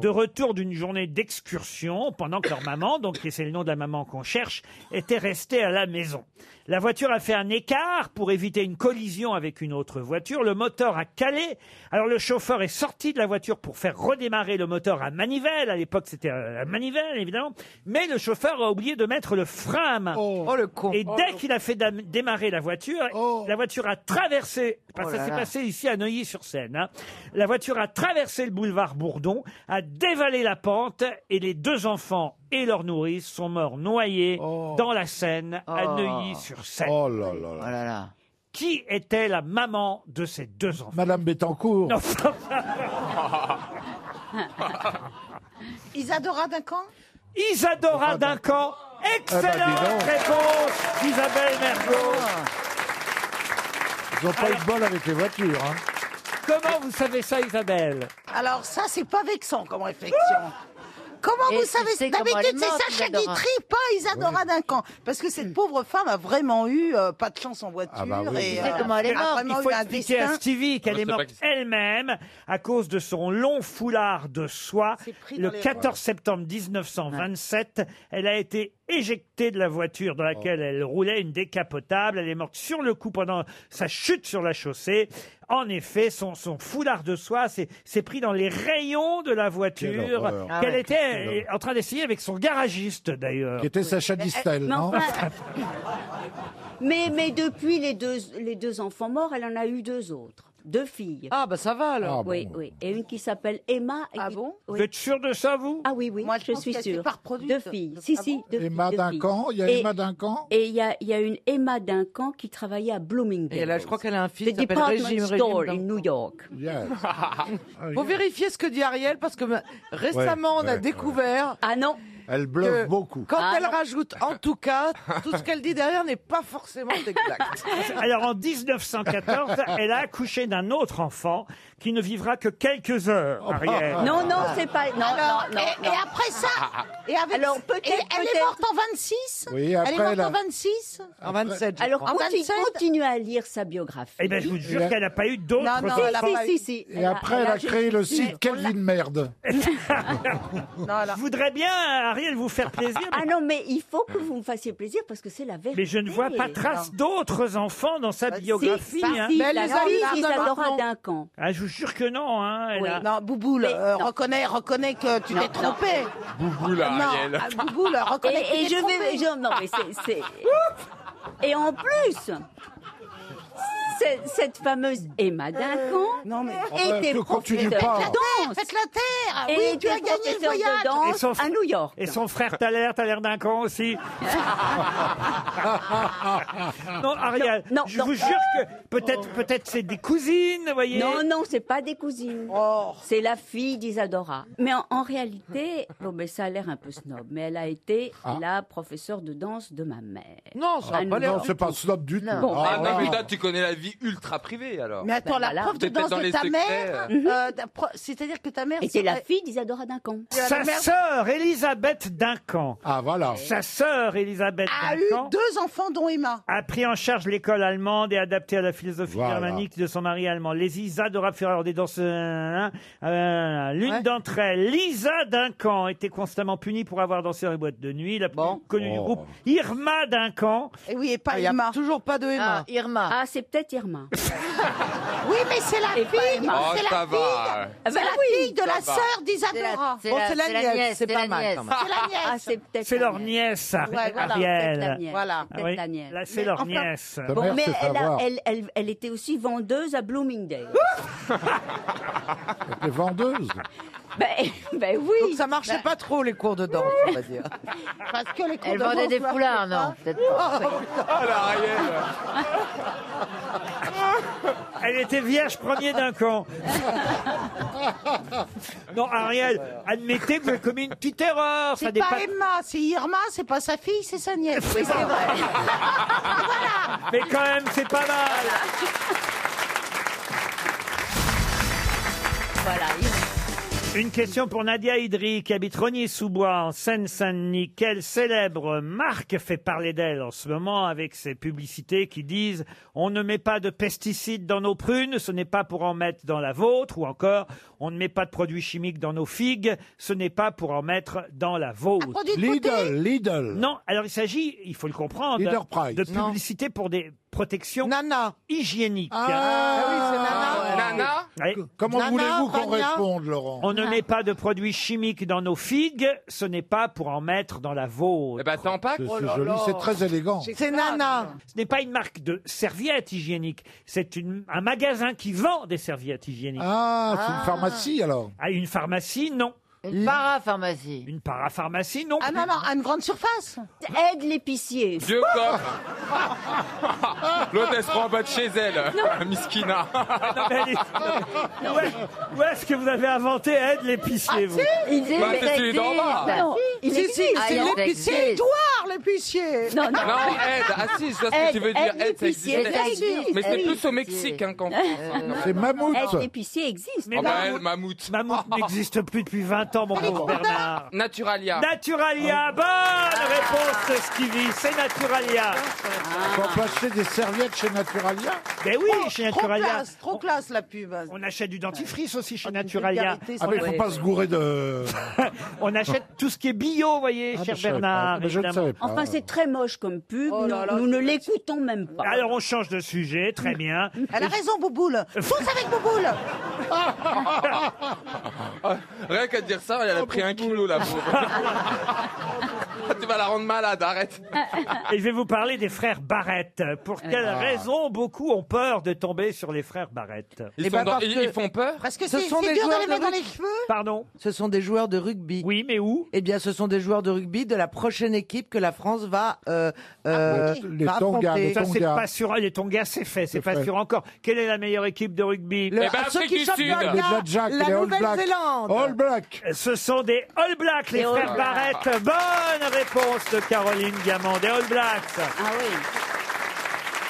de retour d'une journée d'excursion pendant que leur maman, donc et c'est le nom de la maman qu'on cherche, était restée à la maison. La voiture a fait un écart pour éviter une collision avec une autre voiture. Le moteur a calé. Alors le chauffeur est sorti de la voiture pour faire redémarrer le moteur à manivelle. À l'époque, c'était euh, la manivelle, évidemment. Mais le chauffeur a oublié de mettre le frein à main. Oh, le Oh. con. Et dès qu'il a fait dam- démarrer la voiture, la voiture a traversé. parce que Oh là ça s'est là. passé ici à Neuilly-sur-Seine. hein. La voiture a traversé le boulevard Bourdon, a dévalé la pente et les deux enfants et leur nourrice sont morts noyés Oh. dans la Seine à Ah. Oh. Neuilly-sur-Seine. Oh là là là. Qui était la maman de ces deux enfants Madame Bettencourt. Isadora Duncan Isadora Duncan. Eh ben, Excellente réponse d'Isabelle Mergo. Ah. Ils n'ont pas eu de bol avec les voitures. hein. Comment vous savez ça, Isabelle Alors ça, c'est pas vexant comme réflexion. Comment Ah Et vous tu savez sais comment elle D'habitude, meurt, c'est Sacha Isadora. Guitry, pas Isadora Duncan. Parce que cette pauvre femme a vraiment eu euh, pas de chance en voiture. Ah bah oui. et, Tu sais comment elle est a morte. vraiment Il faut eu un expliquer à destin. Stevie qu'elle Moi, est je sais morte elle-même à cause de son long foulard de soie. dans Le les 14 septembre 1927, elle a été éjectée de la voiture dans Oh. laquelle elle roulait, une décapotable. Elle est morte sur le coup pendant sa chute sur la chaussée. En effet, son, son foulard de soie s'est s'est pris dans les rayons de la voiture horreur. Ah qu'elle ouais. était euh, en train d'essayer avec son garagiste d'ailleurs. Qui était Sacha Distel, mais non enfin- Mais, mais depuis les deux, les deux enfants morts, elle en a eu deux autres. Deux filles. Ah, bah ça va alors. Ah, oui, oui. Et une qui s'appelle Emma. Ah bon Vous êtes sûr de ça, vous Ah oui, oui, Moi, je je pense suis qu'elle s'est sûre. pas reproduite. Deux filles. Si, Ah si, bon deux filles, Emma deux filles. Duncan, il y a Et- Emma Duncan. Et il y a, il y a une Emma Duncan qui travaillait à Bloomingdale. Et elle a- je crois qu'elle a un fils The qui s'appelle department Régime, Régime store Duncan. in New York. <laughs> Ah, Faut vérifier ce que dit Ariel parce que ma- récemment Ouais, on a ouais, découvert. Ah non. Elle bluffe que beaucoup. Quand Ah elle non. rajoute en tout cas, tout ce qu'elle dit derrière n'est pas forcément exact. Alors en 1914, elle a accouché d'un autre enfant qui ne vivra que quelques heures. Ariel. Oh. Non, non, c'est pas. Non, euh, Alors, non, non, et- non. Ah. et après ça, et avec- Alors peut-être. Et elle est peut-être- morte en 26 Oui, Elle après, est morte elle a- en 26 En 27. je Alors crois. continue, continue à lire sa biographie. Eh bien, je vous jure qu'elle n'a pas eu d'autres Non, non, elle a enfants. pas eu. Si, si, si. Et après, elle a créé le site Quelle vie de merde. Je voudrais Eh bien, Ariel, vous faire plaisir. Ah non, mais il faut que vous me fassiez plaisir parce que c'est la vérité. Mais je ne vois pas trace d'autres enfants dans sa biographie. Bah, Si, si, hein. si, la fille Isadora Duncan. Ah, je vous jure que non. Hein, elle a- Non, Bouboule, euh, reconnais, reconnais que tu t'es trompé. Bouboule, Non, Ariel. ah, Bouboule, reconnais que Et, et tu je t'es vais. trompé. je- non, mais c'est- c'est. Et en plus. c'est- Cette fameuse Emma Duncan Ah, était ne continue professeure pas. de danse. Euh, Faites la terre Ah Et Oui, tu était as gagné le professeure de voyage danse à New York. Et son frère, t'as l'air, t'as l'air d'un <laughs> con aussi. non, Ariel, je vous jure que peut-être, peut-être c'est des cousines, vous voyez. Non, non, c'est pas des cousines. Oh. C'est la fille d'Isadora. Mais en, en réalité, bon, ben, ça a l'air un peu snob, mais elle a été Ah. la professeure de danse de ma mère. Non, ça À a New pas l'air. York. du C'est tout. pas snob du tout. Non. Ah, Ah, non, voilà. mais toi, tu connais la vie ultra privée alors. Mais attends, la Ben voilà. Mhm. prof de Peut-être danse dans de les ta secrets, mère, euh, ta pro- c'est-à-dire que ta mère... Était la serait- Euh, fille d'Isadora Duncan. Sa sœur, Elisabeth Duncan. Ah, voilà. Sa sœur, Elisabeth Ah a eu Duncan. deux enfants, dont Emma. a pris en charge l'école allemande et adaptée à la philosophie germanique de son mari allemand. Les Isadora Ferrer des danseurs. euh, euh, L'une d'entre elles, Lisa Duncan, était constamment punie pour avoir dansé dans les boîtes de nuit. La plus connue Oh. du groupe, Irma Duncan. Et oui, et Ah, pas Il y a Emma. toujours pas de Emma. Irma. Ah, c'est peut-être Irma. <laughs> Oui, mais c'est la Et pas fille, Emma. Oh, c'est ça la va. fille, c'est Ah bah la oui, fille de la va. sœur d'Isadora. Bon, c'est la, nièce, c'est pas mal quand même. C'est la Ah, nièce. c'est peut-être C'est la leur nièce, Ar- Ouais, voilà, Peut-être la Ariel. nièce. Voilà. Ah Peut-être oui. la nièce. Là, c'est leur nièce. Ta Bon, mère mais se fait elle, a- avoir. elle, elle, elle était aussi vendeuse à Bloomingdale. Elle est vendeuse. ben, <laughs> ben oui. Donc ça marchait pas trop les cours de danse, on va dire. Parce que les cours Elle de vendait danse, des leur- foulards, non Peut-être pas. Ah, la Ariel. Elle était vierge premier d'un camp. Non, Ariel, admettez que vous avez commis une petite erreur. Ça C'est n'est pas, pas- Emma, c'est Irma, c'est pas sa fille, c'est sa nièce. Oui, c'est vrai. Mais quand même, c'est pas mal. Voilà. Une question pour Nadia Idri, qui habite Rogny-sous-Bois, en Seine-Saint-Denis. Quelle célèbre marque fait parler d'elle en ce moment avec ses publicités qui disent « On ne met pas de pesticides dans nos prunes, ce n'est pas pour en mettre dans la vôtre » ou encore « On ne met pas de produits chimiques dans nos figues, ce n'est pas pour en mettre dans la vôtre ». produit de Lidl, beauté Lidl. Non, alors il s'agit, il faut le comprendre, Leader Price. de Non. publicité pour des protections hygiéniques. Ah. Ah Nana. Ouais. Comment voulez-vous qu'on réponde, Laurent On ne met pas de produits chimiques dans nos figues, ce n'est pas pour en mettre dans la vôtre. Eh ben, t'en pas. C'est- c'est Oh là joli, là. c'est très élégant. C'est Nana. Ce n'est pas une marque de serviettes hygiéniques, c'est une- un magasin qui vend des serviettes hygiéniques. Ah, c'est une pharmacie alors Ah, une pharmacie, non. Une parapharmacie. Une parapharmacie, non. Ah non, non, à une grande surface. Aide l'épicier. Vieux coffre <laughs> L'autre, elle se prend en bas de chez elle, <laughs> Miskina. <laughs> Où est-ce que vous avez inventé aide l'épicier, vous Bah, c'est celui d'en bas. Non, il Si, si, existe. c'est Ah, il l'épicier. existe. Édouard, l'épicier. Non, aide, ah si, je vois ce que tu veux dire, aide, ça existe. Mais c'est plus au Mexique hein, qu'en France. hein. C'est Mammouth. Aide l'épicier existe. Ah bah, elle, mammouth. Mammouth n'existe plus depuis 20 ans, mon pauvre Bernard. Naturalia. Ah. Naturalia, bonne réponse de Stevie, c'est Naturalia. On peut acheter des serviettes chez Naturalia Mais Ben oui, chez Oh, Trop Naturalia. classe, trop classe la pub. On achète du dentifrice aussi chez Naturalia. Ah, mais il faut pas se <laughs> gourer de. On achète tout ce qui est bio, vous voyez, Ah, cher je savais pas. Bernard. Ah, mais je ne évidemment. savais pas. Enfin, c'est très moche comme pub. Oh nous- là là, nous ne l'écoutons même pas. Alors on change de sujet, très bien. Elle a raison, Bouboule. Fonce avec Bouboule. Ah, Rien qu'à te dire ça, elle a pris un kilo la <laughs> pauvre. tu vas la rendre malade, arrête. Et je vais vous parler des frères Barrette. Pour quelle Ah. raison beaucoup ont peur de tomber sur les frères Barrette Ils, sont dans- ils- ils font peur Parce que Ce c'est sont c'est des dur de joueurs les de mettre dans les rugby. cheveux. Pardon Ce sont des joueurs de rugby. Oui, mais où Eh bien, ce sont des joueurs de rugby de la prochaine équipe que la France va. euh, euh, Affronter. Ah, Les va Tonga, affronter. les Ça, c'est Tonga. pas sûr. Les Tonga, c'est fait. C'est C'est pas fait. sûr encore. Quelle est la meilleure équipe de rugby Le- Eh ben, ah, ceux Afrique qui du chopent Sud. le Les Blackjack, La les All Black. Nouvelle-Zélande. All Black. Ce sont des All Blacks, les Des All frères Blacks. Barrett. Bonne réponse de Caroline Diamant. Des All Blacks. Ah oui.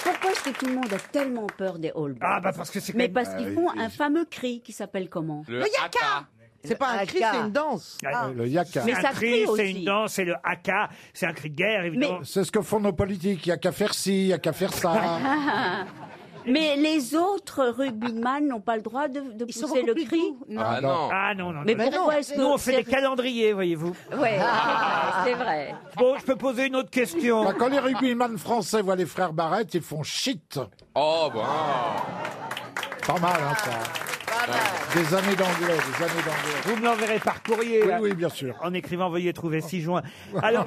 Pourquoi est-ce que tout le monde a tellement peur des All Blacks Ah bah parce que c'est quand Mais même... parce qu'ils font un fameux cri qui s'appelle comment Le, yaka. C'est pas un cri, Aka. c'est une danse. Ah, Le Yaka. Ah. Mais C'est un ça cri, crie c'est aussi. une danse, c'est le haka, c'est un cri de guerre, évidemment. C'est ce que font nos politiques. Il n'y a qu'à faire ci, il n'y a qu'à faire ça. <laughs> Mais les autres rugbyman n'ont pas le droit de, de Ils sont pousser beaucoup le plus cri. doux. Ah, Ah, non. Ah non, non, Mais non. pourquoi est-ce que Nous, on fait c'est- des calendriers, voyez-vous. Ouais, Ah. c'est vrai. <laughs> Bon, je peux poser une autre question. Bah, quand les rugbyman français voient les frères Barrett, ils font shit. <laughs> Oh, bah. Pas mal, hein, ça. Des années d'anglais, des années d'anglais. Vous me l'enverrez par courrier. Oui, hein, oui, bien sûr. En écrivant, veuillez trouver 6 <laughs> juin. Alors,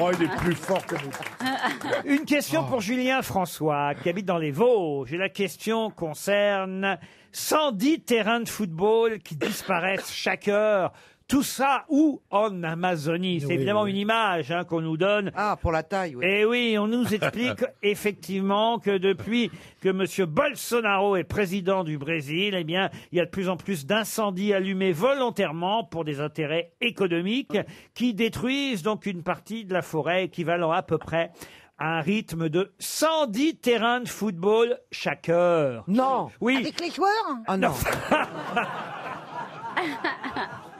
Oh, il est plus fort que nous. Ah. une question pour Julien François, qui habite dans les Vosges. Et la question concerne 110 terrains de football qui disparaissent chaque heure. Tout ça où En Amazonie. C'est Oui, évidemment oui. une image hein, qu'on nous donne. Ah, pour la taille, oui. Eh oui, on nous <laughs> explique effectivement que depuis que M. Bolsonaro est président du Brésil, eh bien, il y a de plus en plus d'incendies allumés volontairement pour des intérêts économiques qui détruisent donc une partie de la forêt équivalent à peu près à un rythme de 110 terrains de football chaque heure. Non. Oui, Avec les joueurs. Ah non.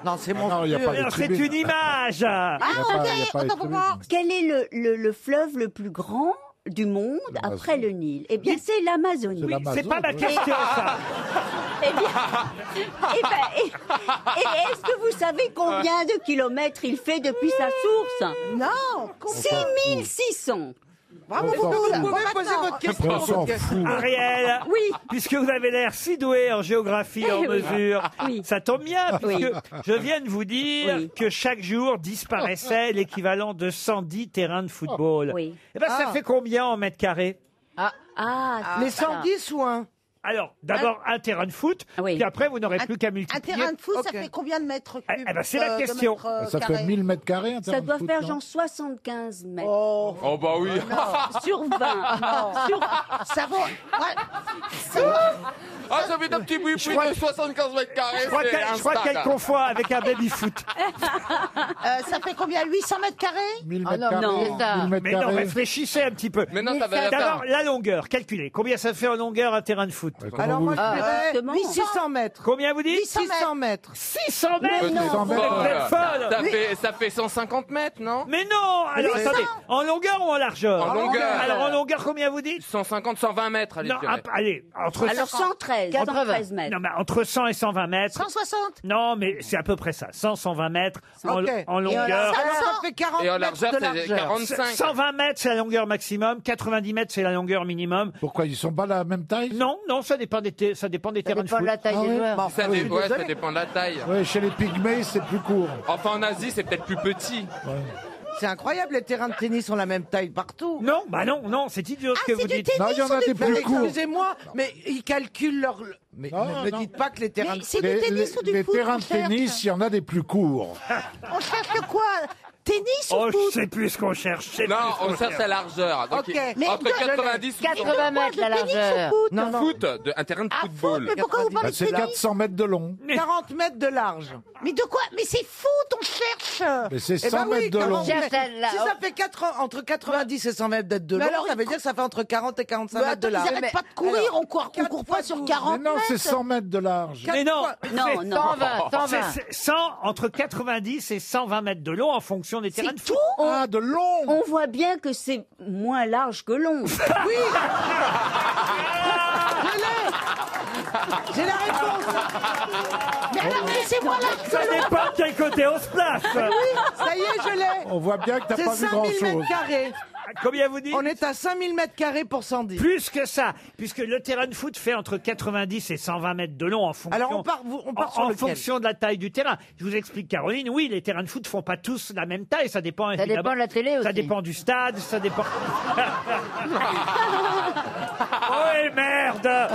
non, c'est mon. Ah non, il y a pas de- alors c'est une image Ah, Il y a ok, pas- il y a pas les autant pour tribunes. moi. Quel est le, le- le fleuve le plus grand du monde après le Nil Eh bien, c'est l'Amazonie. C'est Oui, l'Amazon, c'est pas ma oui. question ça Eh bien, eh ben, eh- et est-ce que vous savez combien de kilomètres il fait depuis sa source Non. combien 6600 Ah, Bravo, On s'en Bouboule. fout. Vous pouvez Bon, poser maintenant. votre question. On s'en fout. Ariel, Oui. puisque vous avez l'air si doué en géographie, en Oui. mesure, Oui. ça tombe bien, Oui. puisque je viens de vous dire Oui. que chaque jour disparaissait l'équivalent de 110 terrains de football. Oui. Eh ben, ça Ah. fait combien en mètres carrés <laughs> Ah, Les c'est ça. 110 ou un Alors, d'abord un terrain de foot, Oui. puis après, vous n'aurez Un- plus qu'à Un multiplier. terrain de foot, Ok. ça fait combien de mètres Eh, cubes eh ben, c'est la euh, de question. mètres, euh, Ça fait carrés 1000 mètres carrés, un terrain Ça de doit foot, faire non genre 75 mètres Oh, Oh, bah oui. <laughs> sur <laughs> 20. Sur- ça vaut. Ouais. <laughs> Ah, ça fait un petit boui Je crois- de 75 mètres carrés. Je crois c'est qu'elle- un je crois qu'elle stade. confond avec un baby-foot. <laughs> Euh, ça fait combien 800 mètres carrés 1000 Ah mètres non, carrés. c'est ça. 1000 mètres Mais non, carrés. réfléchissez un petit peu. Mais non, Mais ça va ça- la D'abord, faire. la longueur, calculez. Combien ça fait en longueur un terrain de foot comment Alors moi, vous- Ah, je dirais justement. 600 Euh, mètres. Combien vous dites 600 mètres. 600 mètres Vous êtes non. folle. Vous êtes folle. Ça Mais- fait, ça fait 150 mètres, non Mais non Alors Mais attendez, non. en longueur ou en largeur En longueur. Alors en longueur, combien vous dites 150, 120 mètres, allez, Non, je dirais. ah, allez, entre Alors 113, 113 mètres. Non, mais entre 100 et 120 mètres. 160 Non, mais c'est à peu près ça. 100, 120 mètres en, Ok. en Et en longueur. largeur, alors, ça fait 40 Et en mètres largeur, de c'est largeur. 45. 120 mètres, c'est la longueur maximum. 90 mètres, c'est la longueur minimum. Pourquoi Ils sont pas la même taille Non, non, ça dépend des, ter- ça dépend des terrains de dépend de foot. la taille Ah des ouais joueurs. Bon, Ça, dé- ouais, ça dépend de la taille. Ouais, chez les pygmées, c'est plus court. Enfin, en Asie, c'est peut-être plus petit. C'est incroyable, les terrains de tennis ont la même taille partout. Ah, Non, bah non, non, c'est idiot ce que vous dites. Non, il y en a des plus courts. Excusez-moi, mais ils calculent leur. Mais Non, ne non. dites pas que les terrains les, de les- les terrains de tennis, il y en a des plus courts. On cherche le quoi Tennis ou foot Oh, Je sais plus ce qu'on cherche. je sais Non, plus ce qu'on on cherche la largeur. Ah, Donc, Ok. il- Mais entre de- 90 de- 80 mètres, la Tennis ou largeur. foot Non, non. Foot, de- un terrain de football. mais pourquoi vous parlez Bah, c'est 400 mètres de long. 40 mètres de large. Mais de quoi Mais c'est fou, on cherche Mais c'est Eh ben 100 oui, mètres de 40 long. mètres. Si ça fait 80 entre 90 et 100 mètres d'être de long, Mais alors, ça veut dire que ça fait entre 40 et 45 Mais mètres attends, de ils large. arrêtent Mais- pas de courir, alors, on court, on quatre court fois pas sur douze. 40 Mais non, c'est 100 mètres Oh. de large. Mais non, Non, c'est- non. 120, 120. C'est- c'est 100, entre 90 et 120 mètres de long en fonction des terrains de foot. Oh. Ah, de long On voit bien que c'est moins large que long. <laughs> Oui Je l'ai J'ai la réponse Mais alors, laissez-moi là Oh. Ça dépend de quel côté on se place. Ça y est, je l'ai On voit bien que t'as C'est pas vu 5000 grand-chose. mètres carrés. Ah, Combien vous dites On est à 5000 mètres carrés pour 110. Plus que ça, puisque le terrain de foot fait entre 90 et 120 mètres de long en fonction, Alors, on part- vous- on part en- sur en lequel fonction de la taille du terrain. Je vous explique, Caroline, oui, les terrains de foot font pas tous la même taille, ça dépend Ça évidemment- dépend de la télé aussi. Ça dépend du stade, ça dépend... <laughs> oh, et merde <laughs>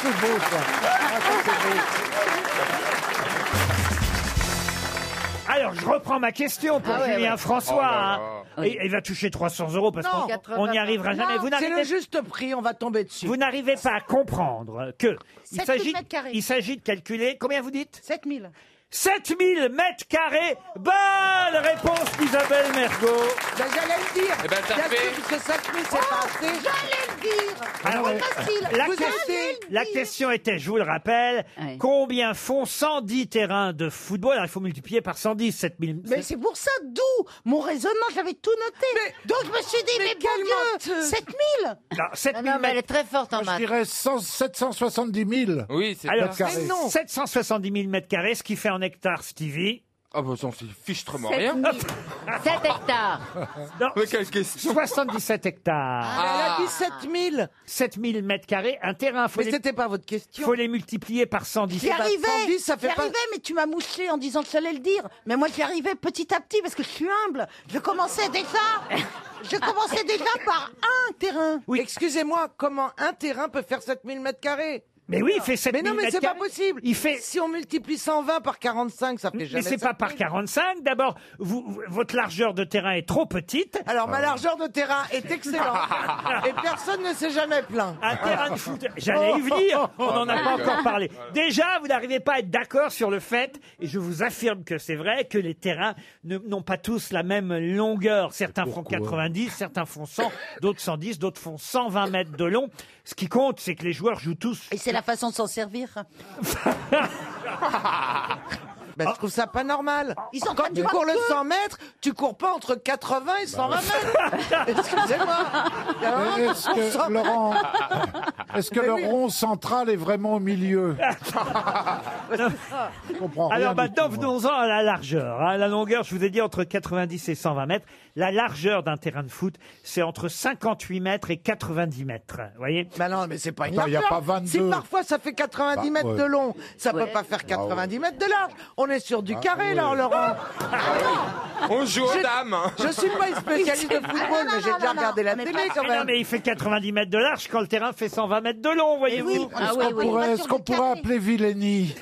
C'est beau, ça. Ah, ça, c'est beau. Alors, je reprends ma question pour Ah ouais, Julien ouais. François. Oh là hein. là. Et il va toucher 300 euros parce Non. qu'on on n'y arrivera jamais. Non, Vous C'est n'arrivez le juste prix, on va tomber dessus. Vous n'arrivez pas à comprendre que il 7000 s'agit, mètres carrés. il s'agit de calculer, combien vous dites 7000. 7000 mètres carrés. Bonne réponse d'Isabelle Mergot. Ben, J'allais le dire. Eh ben, ça Bien sûr, fait- Parce que 5000, c'est Oh pas assez. J'allais le dire Alors, C'est facile Ah euh, la, Vous question- allez le la dire. question était, je vous le rappelle, Ouais. combien font 110 terrains de football Alors, il faut multiplier par 110, 7000. Mais c'est pour ça, d'où mon raisonnement, j'avais tout noté. Donc je me suis dit, mais, quel bon Dieu, menteux. 7000 Non, 7000 Non, non, mais elle est mètres. très forte hein, en Je maths. dirais 100 770 000. Oui, c'est Alors, Mètres carrés. Mais non. 770 000 mètres carrés, ce qui fait en hectares, Stevie. Ah, bah, on s'y fiche trop Sept rien. mille. 7 hectares. Non, Mais quelle question 77 hectares, Ah. Elle a dit 7000. 7000 mètres carrés, un terrain, faut Mais les, c'était pas votre question. faut les multiplier par 110. J'y bah, arrivais, 110, ça j'y fait pas- arrivais, mais tu m'as mouché en disant que j'allais le dire. Mais moi, j'y arrivais petit à petit parce que je suis humble. Je commençais déjà, je commençais déjà par un terrain. Oui. Excusez-moi, comment un terrain peut faire 7000 mètres carrés Mais oui, il fait 7000 Mais non, mais mètres c'est pas carrés. possible. Il fait... Si on multiplie 120 par 45, ça fait Mais jamais c'est pas par 7000. 45. D'abord, vous, vous- votre largeur de terrain est trop petite. Alors, ma largeur de terrain <laughs> est excellente. et personne ne s'est jamais plaint. Ah. Un terrain de foot, j'allais y venir, on n'en a pas encore parlé. Déjà, vous n'arrivez pas à être d'accord sur le fait, et je vous affirme que c'est vrai, que les terrains ne- n'ont pas tous la même longueur. Certains font 90, certains font 100, d'autres 110, d'autres font 120 mètres de long. Ce qui compte, c'est que les joueurs jouent tous. <laughs> Et c'est la façon de s'en servir. Ah. Ben, je trouve ça pas normal. Ils sont en train Quand de tu voir cours le que- 100 mètres, tu cours pas entre 80 et 120 Bah. mètres. <laughs> Excusez-moi. <laughs> Il y a Mais vraiment Est-ce un bon que, sens. <laughs> Laurent, est-ce que le rond central est vraiment au milieu Je comprends rien Alors bah, du maintenant, tout, moi. venons-en à la largeur. hein. La longueur, je vous ai dit entre 90 et 120 mètres. La largeur d'un terrain de foot, c'est entre 58 mètres et 90 mètres. Vous voyez Bah non, mais c'est pas une Attends, il y a largeur. pas 22. Si parfois ça fait 90 Bah, mètres ouais. Bah, de long, ça peut pas faire 90 mètres de large. On est sur du carré, là, Laurent. Bah, <laughs> On joue aux Je- dames. hein. Je suis pas <laughs> une spécialiste de Ah, football, mais j'ai déjà regardé la télé quand Mais non, même. Eh mais il fait 90 mètres de large quand le terrain fait 120 mètres de long, voyez-vous. oui, Ah Est-ce qu'on pourrait, <laughs> est-ce qu'on pourrait appeler Villeni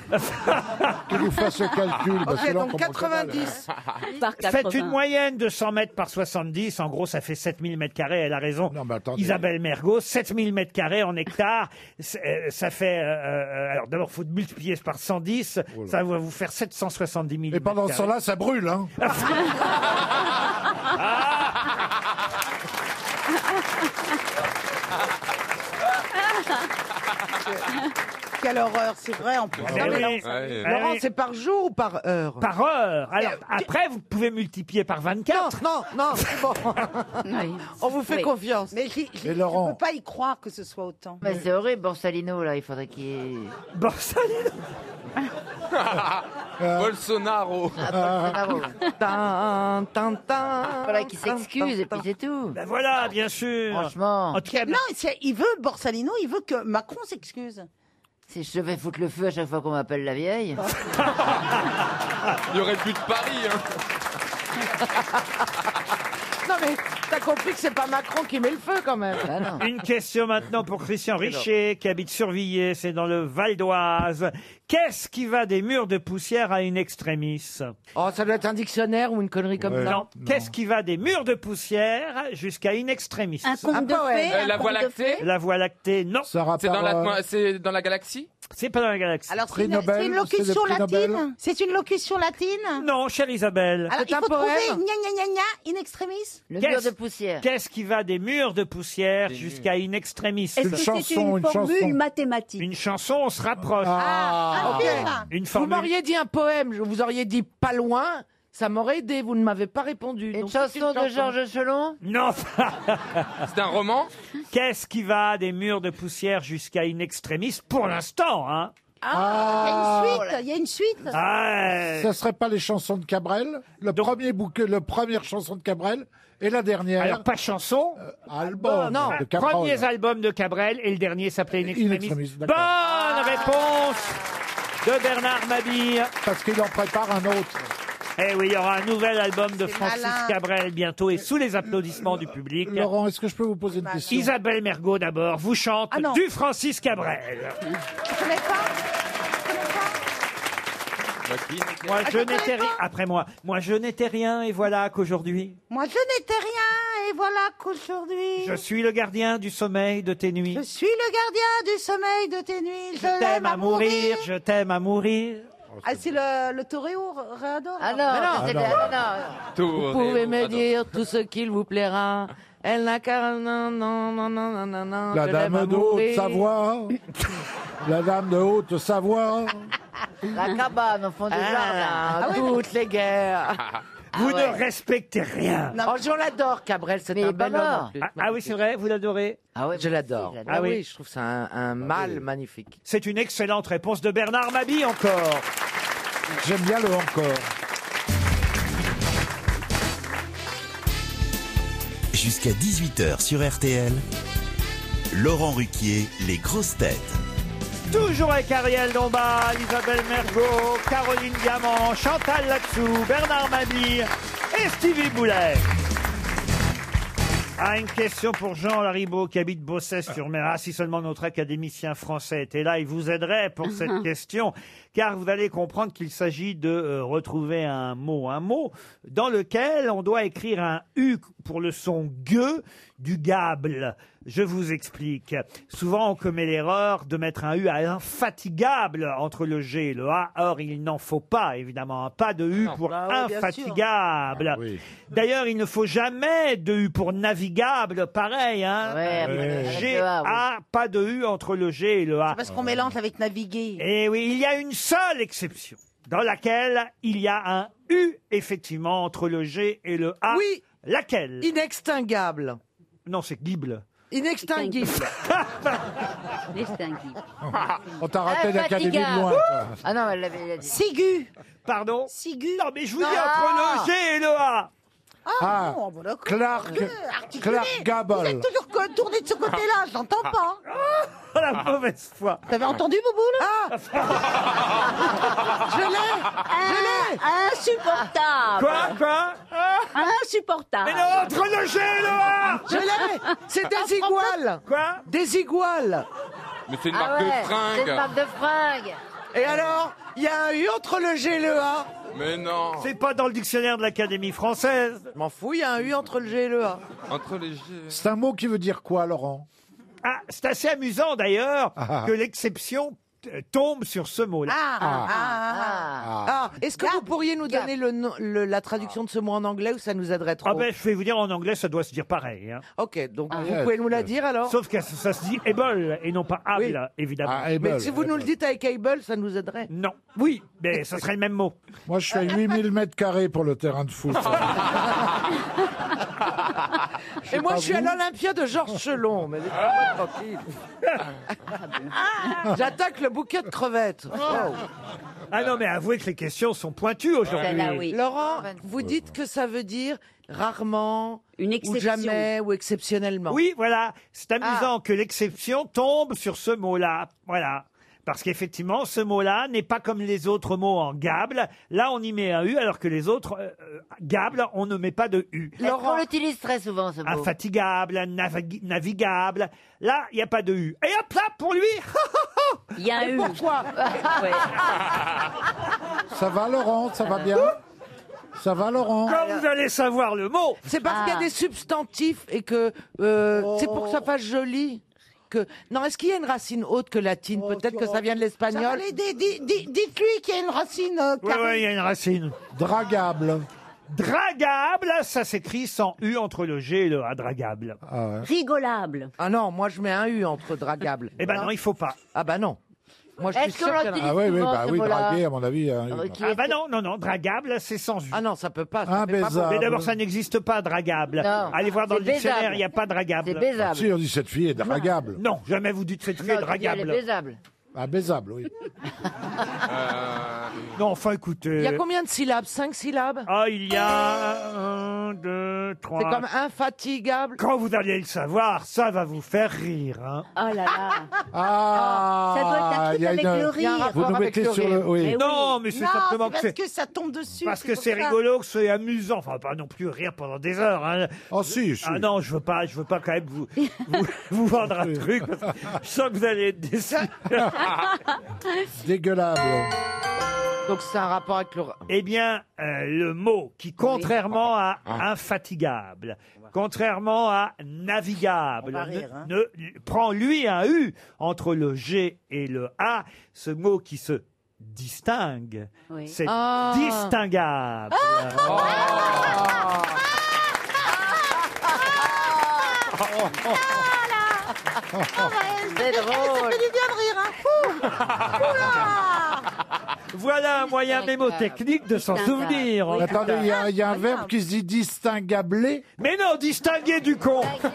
Qu'il nous fasse le calcul. parce que Ok, là, on donc comprend pas hein. mal. hein. 90. Par Faites 80. une moyenne de 100 mètres par 70. En gros, ça fait 7000 mètres carrés. Elle a raison. Non, mais attendez. Isabelle Mergot, 7000 mètres carrés en hectare. C'est, euh, ça fait, euh, euh, alors d'abord, faut multiplier par 110. Ça va vous faire 770 000 Et pendant mètres ce Ah. carrés. temps-là, ça brûle. Hein. Quelle horreur, c'est vrai en plus. Eh Non, mais oui. non, Ouais. Laurent, Eh oui. c'est par jour ou par heure Par heure. Euh, Alors, après, vous pouvez multiplier par 24. Non, non, c'est <laughs> bon. On vous fait confiance. Mais j'y- j'y- Mais je Laurent- ne peux pas y croire que ce soit autant. Mais Bah, c'est horrible, Borsalino, là, il faudrait qu'il y ait... <laughs> <laughs> Borsalino Euh. Bolsonaro. <laughs> Tin, tin, tin. Ah, Voilà, qui s'excuse, et puis c'est tout. Ben voilà, bien sûr. Franchement. En tout cas, Non, c'est- il veut, Borsalino, il veut que Macron s'excuse. Si je vais foutre le feu à chaque fois qu'on m'appelle la vieille. Ah, Il n'y aurait plus de Paris. Hein. Non, mais t'as compris que c'est pas Macron qui met le feu quand même. Ah. Une question maintenant pour Christian Richer, qui habite Survillers, c'est dans le Val d'Oise. Qu'est-ce qui va des murs de poussière à une extrémiste Oh, ça doit être un dictionnaire ou une connerie comme ça. Non. Qu'est-ce qui va des murs de poussière jusqu'à une extrémiste Un conte Un de poème. fées, Euh, un la Voie conte de lactée fées La Voie lactée, non. C'est dans, l'atmo- c'est dans la galaxie C'est pas dans la galaxie. Alors, c'est une, c'est une locution latine C'est une locution latine Non, chère Isabelle. Alors, il faut trouver gna gna gna gna in extremis Qu'est-ce- Qu'est-ce qui va des murs de poussière jusqu'à une extrémiste Est-ce que c'est une formule mathématique Une chanson, on se rapproche. Ah, ok. Une Vous formule. m'auriez dit un poème, je vous auriez dit pas loin, ça m'aurait aidé, vous ne m'avez pas répondu. Une chanson de Georges Chelon Non. <laughs> C'est un roman Qu'est-ce qui va des murs de poussière jusqu'à une extrémiste pour l'instant, hein Ah, il y a une suite, il y a une suite. Ah, Ça serait pas les chansons de Cabrel Le premier bouquet, la première chanson de Cabrel et la dernière. Euh, Alors, pas chanson Album non, de Cabrel. premiers albums de Cabrel et le dernier s'appelait Une Une extrémiste. extrémiste, Bonne d'accord. réponse de Bernard Mabille. Parce qu'il en prépare un autre. Eh oui, il y aura un nouvel album de Francis malin. Cabrel bientôt et sous les applaudissements du public. Laurent, est-ce que je peux vous poser une question Isabelle Mergot d'abord vous chante Ah non. du Francis Cabrel. Je connais pas. Bah, Moi Ah, je je connais n'étais pas. rien. Après moi, moi je n'étais rien et voilà qu'aujourd'hui Moi, je n'étais rien, et voilà qu'aujourd'hui, je suis le gardien du sommeil de tes nuits. je suis le gardien du sommeil de tes nuits. Je l'aime à mourir. je t'aime à mourir. Ah, c'est le, le Toreo Réador Ah non, Mais non. c'était- ah Vous pouvez me Adore. dire tout ce qu'il vous plaira. Elle n'a qu'à... Non, non, non, non, non, non, La je l'aime à dame de mourir. Haute-Savoie. la dame de Haute-Savoie. La cabane au fond du Ah, jardin. Ah ah, toutes les Ah, guerres. Vous ne respectez rien. Oh, je l'adore, Cabrel, c'est un bel homme. en plus. Ah, ah oui, c'est vrai, vous l'adorez je l'adore. Bah, j'adore. Ah Ah oui. oui, je trouve ça un, un mâle magnifique. C'est une excellente réponse de Bernard Mabille encore. J'aime bien le encore. Jusqu'à 18h sur RTL, Laurent Ruquier, les grosses têtes. Toujours avec Ariel Dombal, Isabelle Mergot, Caroline Diamant, Chantal Latsou, Bernard Mabille et Stevie Boulet. Ah, une question pour Jean Laribaud qui habite Bossès-sur-Mer. Ah, si seulement notre académicien français était là, il vous aiderait pour cette question, car vous allez comprendre qu'il s'agit de euh, retrouver un mot, un mot dans lequel on doit écrire un U pour le son gueux du gable. Je vous explique. Souvent, on commet l'erreur de mettre un U à infatigable entre le G et le A. Or, il n'en faut pas, évidemment. Pas de U pour oui, bien sûr. infatigable. D'ailleurs, il ne faut jamais de U pour navigable. Pareil, hein. Ouais, Ouais. avec G, le A, oui. A, pas de U entre le G et le A. Parce qu'on mélange avec naviguer. Et oui, il y a une seule exception dans laquelle il y a un U, effectivement, entre le G et le A. Oui. Laquelle Inextinguable. Non, c'est Gible. Inextinguible. On t'a Euh, raté l'Académie de loin. quoi. Ah non, elle l'avait elle l'a dit. Sigu. Pardon Sigu. Non, mais Ah. je vous dis entre le G et le A. Ah, Ah, bon, voilà, quoi. Clark- Gueux, articulé. Clark Gable. Vous êtes toujours que- tourné de ce Ah. côté-là, je n'entends pas. Oh, <laughs> la mauvaise foi. T'avais entendu, Bouboule Ah Je l'ai. Ah. Insupportable Quoi Quoi Ah, Insupportable Mais non, entre le G et le A Je l'ai. C'est désigual. Quoi Ah, Désigual. Mais c'est une marque de fringues. de fringues. Et alors, il y a un U entre le G et le A. Mais non. C'est pas dans le dictionnaire de l'Académie française. Je m'en fous, il y a un U entre le G et le A. Entre les G. C'est un mot qui veut dire quoi, Laurent Ah, c'est assez amusant d'ailleurs que l'exception t- tombe sur ce mot-là. Ah, ah, Ah. Est-ce que vous pourriez nous donner le nom- le- la traduction de ce mot en anglais ou ça nous aiderait trop Ah ben, je vais vous dire en anglais, ça doit se dire pareil. hein. Ok, donc vous pouvez nous la dire alors Sauf que ça, ça se dit able et non pas able, hein, évidemment. Mais eh si vous ben, nous le dites avec Able, ça nous aiderait Non. Oui, mais ça serait le même mot. Moi, je suis à 8000 mètres carrés pour le terrain de foot. Et moi, pas je suis à vous. l'Olympia de Georges Chelon. Mais laissez-moi tranquille. J'attaque le bouquet de crevettes. Oh. Ah non, mais avouez que les questions sont pointues aujourd'hui. Laurent, vous dites que ça veut dire rarement, Une ou exception. jamais, ou exceptionnellement. Oui, voilà. C'est Ah. amusant que l'exception tombe sur ce mot-là. Voilà. Parce qu'effectivement, ce mot-là n'est pas comme les autres mots en gable. Là, on y met un U, alors que les autres euh, euh, gable, on ne met pas de U. On l'utilise très souvent ce mot. Infatigable, navig- navigable. Là, il n'y a pas de U. Et hop là, pour lui <laughs> Il y a un Mais U. pourquoi <laughs> Ouais. Ça va, Laurent Ça va bien Ça va, Laurent Quand vous allez savoir le mot C'est parce qu'il y a des substantifs et que euh, c'est pour que ça fasse joli. Que... Non, est-ce qu'il y a une racine haute que latine Peut-être que ça vient de Ça va l'espagnol. l'aider. Dis- dis- Dites-lui qu'il y a une racine. euh, Oui, carrée. il y a une racine. Dragable. Dragable, ça s'écrit sans U entre le G et le A, dragable. Rigolable. Ah non, moi je mets un U entre dragable. Eh ben non, il faut pas. Ah bah non. Moi je suis Est-ce qu'on sûr qu'il y en a- l'utilise Ah oui, oui, souvent, bah ce oui, mot-là draguer, à mon avis. hein, oui. Ok. Ah bah non, non, non, dragable, c'est sans U. Euh, Ah non, ça peut pas. ça fait pas Imbaisable. Mais d'abord, ça n'existe pas, dragable. Non. Allez voir dans C'est le dictionnaire, baisable. il n'y a pas dragable. C'est baisable. Si on dit cette fille est dragable. Ah, Non, jamais vous dites cette fille Non, est tu dis, elle est dragable. baisable. Ah, baisable, oui. Euh, Non, enfin, écoutez. Il y a combien de syllabes Cinq syllabes Euh, Ah, il y a un, deux, trois. C'est comme infatigable. Quand vous allez le savoir, ça va vous faire rire. hein. Oh là là. Ah Ça doit être un truc il y a avec une- le Il y a un rire. Vous rapport nous avec mettez le sur rire. Eh le. Oui. Mais Non, mais c'est Non, simplement c'est que parce c'est. que ça tombe dessus. Parce que pour c'est ça. rigolo, que c'est amusant. Enfin, pas non plus rire pendant des heures. hein. Oh, si, si. Ah non, je veux pas, je veux pas quand même vous, <laughs> vous, vous vendre un truc. parce que Je sens que vous allez être déçus. Dégueulable. Donc c'est un rapport avec le. Eh bien, euh, le mot qui, contrairement à Ah. infatigable, contrairement à navigable, va ne- rire, hein. ne, prend lui un U entre le G et le A, ce mot qui se distingue, Oui. c'est Ah. distinguable. C'est drôle. Ça fait du bien de rire, hein. Ouh. Oula. Voilà un moyen mémotechnique de s'en Distinguable. souvenir. hein. en tout Attendez, cas. il y a, il y a un verbe qui se dit distingablé. Mais non, distinguer du con. Ah,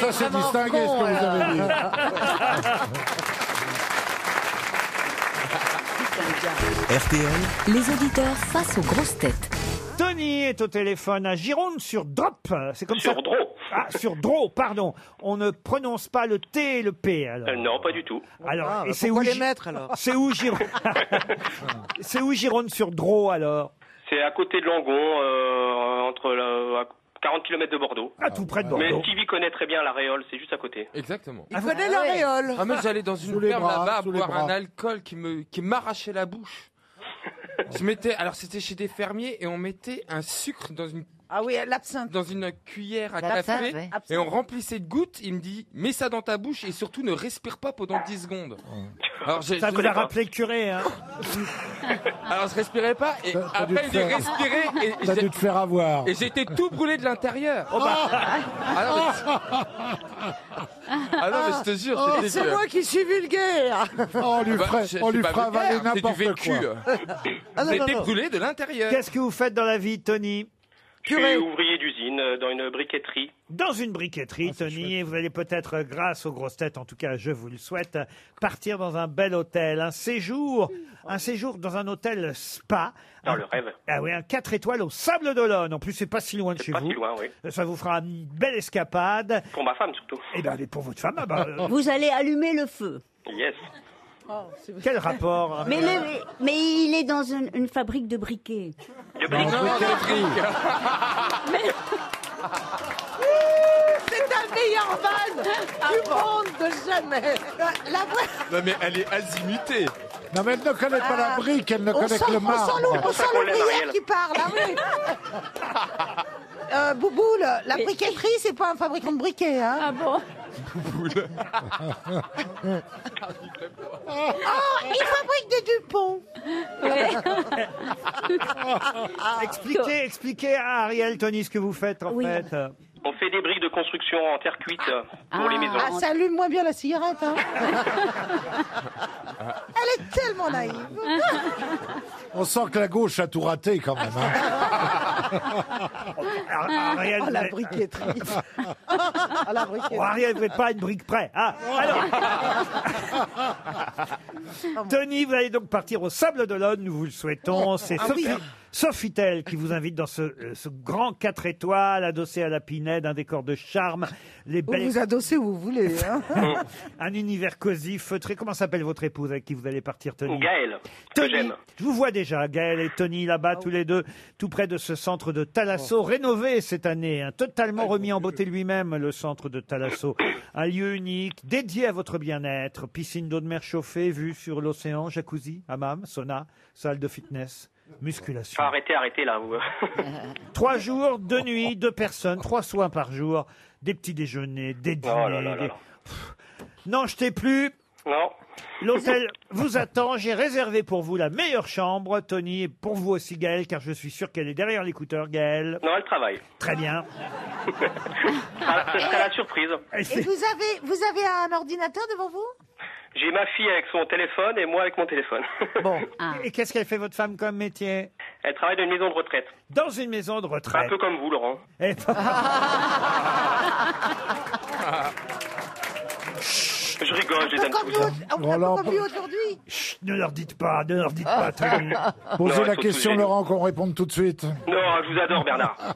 ça, c'est distingué ce que vous avez dit. RTL, Les auditeurs face aux grosses têtes. Tony est au téléphone à Gironde sur Drop. C'est comme ça. Sur Drop. Ah, sur Drop, pardon. On ne prononce pas le T et le P alors. Euh, non, pas du tout. Alors, Ah, et bah c'est où pourquoi les Gi- mettre, alors C'est où <laughs> Gironde C'est où Gironde sur Drô alors C'est à côté de Langon, euh, entre la- à 40 km de Bordeaux. Ah, tout près de Mais Bordeaux. Stevie connaît très bien la Réole, c'est juste à côté. Exactement. Ah, Il connaît l'auréole. Ah, mais j'allais dans une Sous les ferme bras, là-bas sous les boire bras. un alcool qui me qui m'arrachait la bouche. Je mettais alors c'était chez des fermiers et on mettait un sucre dans une Ah oui, l'absinthe. dans une cuillère à L'absinthe, café ouais. et on remplissait de gouttes, il me dit "Mets ça dans ta bouche et surtout ne respire pas pendant 10 secondes." Alors j'ai Ça je vous sais l'a pas. rappelé le curé, hein <laughs> Alors je respirais pas et T'as- t'as dû après il dit te faire- "Respirez" et T'as j'ai- dû te faire avoir. et j'étais tout brûlé de l'intérieur. bah. Ah non, mais- Ah non, mais je te jure, Oh, c'était c'est moi qui suis vulgaire. Oh, on lui Bah, fera, c'est- on c'est lui pas fera vulgaire, avaler C'est du n'importe vécu. quoi. Ah, non, non, J'étais non. brûlé de l'intérieur. Qu'est-ce que vous faites dans la vie, Tony Je Purée. suis ouvrier d'usine euh, dans une briqueterie. dans une Ah, briqueterie, Tony, et vous allez peut-être, euh, grâce aux grosses têtes, en tout cas, je vous le souhaite, euh, partir dans un bel hôtel, un séjour, un séjour dans un hôtel spa. Dans Un- le rêve. Ah oui, un 4 étoiles au Sable d'Olonne. En plus, c'est pas si loin de chez Pas vous. si loin, oui. Ça vous fera une belle escapade. Pour ma femme surtout. Et bien, pour votre femme, ah bah, euh, <laughs> Vous allez allumer le feu. Yes. quel rapport hein Mais, le- mais il est dans une, une fabrique de briquets. De briquet. C'est la meilleure vanne du monde de jamais. La vraie- Non, mais elle est azimitée. Non, mais elle ne connaît pas Ah, la brique, elle ne On connaît sent, que le on sent l'ou- Ah. marbre. on sent qu'on l'aime, l'ouvrière Ariel. qui parle, ah oui. Euh, Bouboule, la briqueterie, c'est pas un fabricant de briquets, hein. Ah bon Bouboule. Oh, Ah. il fabrique des Dupont. <laughs> expliquez, expliquez à Ariel, Tony, ce que vous faites en fait. On fait des briques de construction en terre cuite euh, pour les maisons. Ah, ça allume moins bien la cigarette. Hein. Elle est tellement naïve. On sent que la gauche a tout raté quand même. hein. Ariel, Oh, la vous êtes- Ah, la briquette. Oh, Ariel, vous n'êtes pas à une brique près. Ah, alors. Tony, vous allez donc partir au Sable d'Olonne, nous vous le souhaitons. C'est Ah Sophie, oui. Sophie Tell qui vous invite dans ce, euh, ce grand 4 étoiles adossé à la Pinède, un décor de charme. Les Vous vous adossez où vous voulez. hein. <laughs> un univers cosy, feutré. Comment s'appelle votre épouse avec qui vous allez partir, Tony Gaël, que Tony, j'aime. je vous vois déjà, Gaël et Tony, là-bas, Ah tous les deux, tout près de ce centre de Oh. Talasso, rénové cette année, hein, Ah, totalement remis en beauté lui-même, le centre de Talasso. Un lieu unique, dédié à votre bien-être, piscine d'eau de mer chauffée, vue sur l'océan, jacuzzi, hammam, sauna, salle de fitness, musculation. Enfin, arrêtez, arrêtez là. <laughs> vous. Trois jours, deux nuits, deux personnes, trois soins par jour, des petits déjeuners, des dîners. Oh là là là des- là. N'en jetez plus. Non. L'hôtel vous attend. J'ai réservé pour vous la meilleure chambre, Tony, et pour vous aussi, Gaëlle, car je suis sûr qu'elle est derrière l'écouteur, Gaëlle. Non, elle travaille. Très bien. Ah, ce serait la surprise. Et vous avez, vous avez un ordinateur devant vous J'ai ma fille avec son téléphone et moi avec mon téléphone. Bon. Ah. Et qu'est-ce qu'elle fait, votre femme, comme métier Elle travaille dans une maison de retraite. Dans une maison de retraite. Un peu comme vous, Laurent. Eh ben- Je <laughs> rigole, je les aime tous. Roland, aujourd'hui Chut, ne leur dites pas, ne leur dites pas, Tony. posez <laughs> Non, la il faut question, soulever. Laurent, qu'on réponde tout de suite. Non, je vous adore, Bernard. <laughs>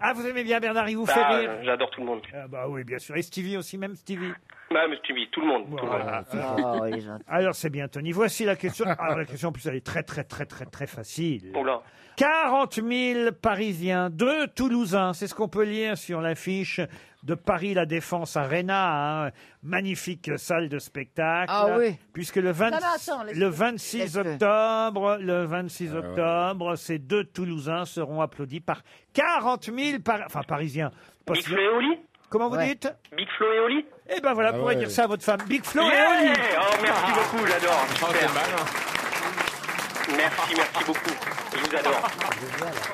Ah, vous aimez bien Bernard, il vous Bah, fait rire J'adore tout le monde. Ah bah oui, bien sûr. <laughs> Et Stevie aussi, même Stevie. Même Bah, Stevie, tout le monde. Tout le monde. <laughs> Alors, alors, c'est bien, Tony. Voici la question. Ah, la question, en plus, elle est très, très, très, très, très facile. Oh là. 40 000 Parisiens, deux Toulousains, c'est ce qu'on peut lire sur l'affiche de Paris La Défense Arena, hein. magnifique salle de spectacle. Ah oui. Puisque le, 20 Non, non, attends, laisse-le. le 26 Laisse-le. octobre, le 26 octobre, ces deux Toulousains seront applaudis par 40 000 Par- enfin, Parisiens. Pas Big si- Flo et Oli Comment vous Ouais. dites Big Flo et Oli Eh ben voilà, Ah vous pourrez ouais. dire ça à votre femme. Big Flo Yeah et Oli Oh, merci beaucoup, j'adore. Super. Merci, merci beaucoup. Je vous adore.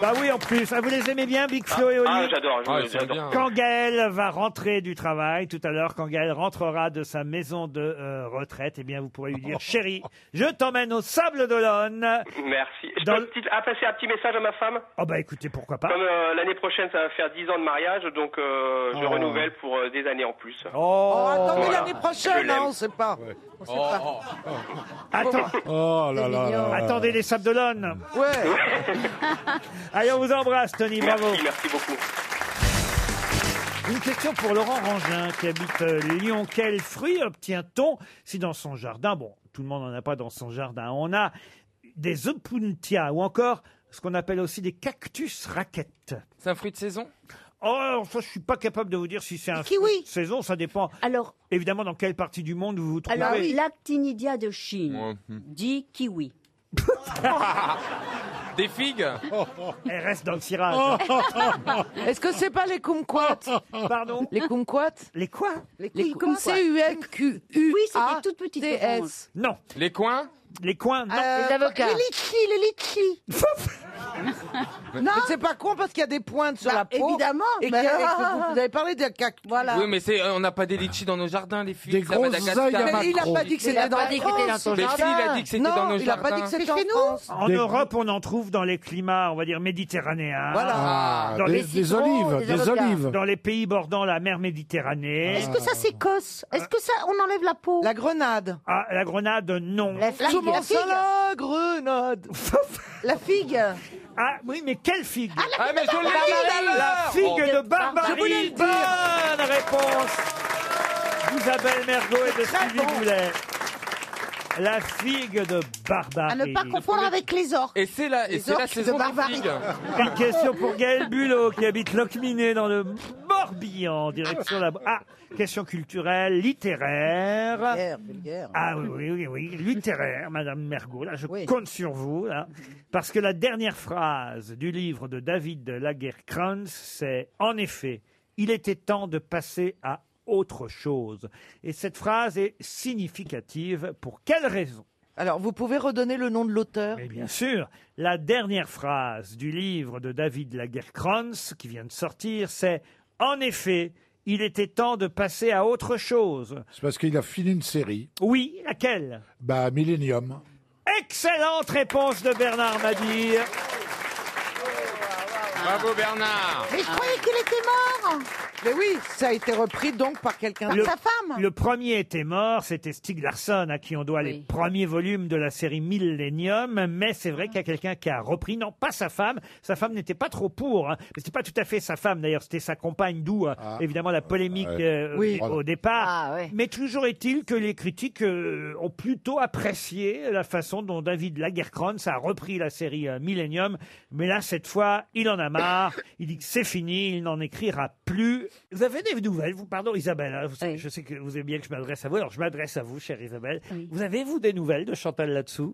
Bah oui, en plus. Ah, vous les aimez bien, Big Flo et Oli Ah, j'adore, je- Ah, ils sont j'adore. bien. Quand Gaël va rentrer du travail, tout à l'heure, quand Gaël rentrera de sa maison de euh, retraite, eh bien, vous pourrez lui <laughs> dire, chérie, je t'emmène au Sable d'Olonne. Merci. Je Dans peux petit- ah, passer un petit message à ma femme Oh bah écoutez, pourquoi pas. Comme euh, l'année prochaine, ça va faire 10 ans de mariage, donc euh, je renouvelle pour euh, des années en plus. Oh, attendez Voilà. l'année Je prochaine, l'aime. hein, on sait pas. Oh, On sait pas. Attends. Oh là là là là. Attendez les Sables d'Olonne. <laughs> Allez, on vous embrasse, Tony. Bravo. Merci, merci beaucoup. <laughs> Une question pour Laurent Rangin qui habite euh, Lyon. Quel fruit obtient-on si dans son jardin, bon, tout le monde n'en a pas dans son jardin, on a des opuntia ou encore ce qu'on appelle aussi des cactus raquettes. C'est un fruit de saison Oh, ça, je suis pas capable de vous dire si c'est un fruit de saison, ça dépend. Alors, évidemment, dans quelle partie du monde vous vous trouvez. Alors, l'actinidia de Chine dit kiwi. <laughs> Des figues Oh, Elle reste dans <laughs> le cirage. Oh, Est-ce que c'est pas les kumquats Pardon Les kumquats Les quoi Les kumquats. C-U-M-Q-U. Oui, c'est des toutes Euh, petites Non. Les coins Les coins, non. Les avocats. Les litchis, les litchis. non, c'est pas con parce qu'il y a des pointes Bah, sur la peau. évidemment, Et mais- qu'il y a- et que vous, vous avez parlé de cactus. Voilà. Oui, mais c'est, euh, on n'a pas des litchis dans nos jardins, les filles. Des c'est à grosses Madagascar. ailes à Mais il a macro. pas dit Il que c'était a dans pas la dit que c'était France. ton Mais si, jardin. il a dit que c'était dans nos il a pas jardins. dit que c'était- C'est chez nous En Des- Europe, on en trouve dans les climats, on va dire méditerranéens. Voilà. Ah, Dans des- les des citrons, olives, des des avocats. olives. Dans les pays bordant la mer Ah. Méditerranée. Est-ce que ça s'écosse Est-ce que ça, on enlève la peau La grenade. Ah, la grenade, non. La figue. Comment La ça, figue. la grenade <laughs> La figue. Ah oui, mais quelle figue Ah, mais je l'ai dit La figue Oh, de Barbarie. Je voulais le dire. Bonne réponse d'Isabelle Mergot et de Sylvie Boulet. La figue de Barbarie. À ne pas confondre avec les orques. Et c'est la, et Les c'est la orques de saison des Barbarie. figues. Une question pour Gaël Bulot qui habite Locminé dans le Morbihan, en direction la. Ah, question culturelle, littéraire. Vulgaire, vulgaire. Ah oui, oui, oui, oui, littéraire, Madame Mergot, là, je compte sur vous, là, parce que la dernière phrase du livre de David Laguerre-Kranz, c'est « En effet, il était temps de passer à autre chose. Et cette phrase est significative. Pour quelle raison Alors, vous pouvez redonner le nom de l'auteur Mais bien sûr. La dernière phrase du livre de David Lagerkrantz, qui vient de sortir, c'est « En effet, il était temps de passer à autre chose. C'est parce qu'il a fini une série. Oui, laquelle Bah, Millennium. » Excellente réponse de Bernard Madire. Bravo Bernard Mais je croyais qu'il était mort Mais oui, ça a été repris donc par quelqu'un Le- Le premier était mort, c'était Stig Larsson à qui on doit les premiers volumes de la série Millennium, mais c'est vrai qu'il y a quelqu'un qui a repris, non pas sa femme, sa femme n'était pas trop pour, hein. c'était pas tout à fait sa femme d'ailleurs, c'était sa compagne, d'où euh, évidemment la polémique ouais. euh, Oui. au départ. Ah, Mais toujours est-il que les critiques euh, ont plutôt apprécié la façon dont David Lagerkrantz a repris la série euh, Millennium, mais là cette fois, il en a marre, il dit que c'est fini, il n'en écrira plus. Vous avez des nouvelles, vous pardon Isabelle, hein, vous savez- je sais que vous aimez bien que je m'adresse à vous, alors je m'adresse à vous chère Isabelle. Vous avez-vous des nouvelles de <laughs> Chantal là-dessous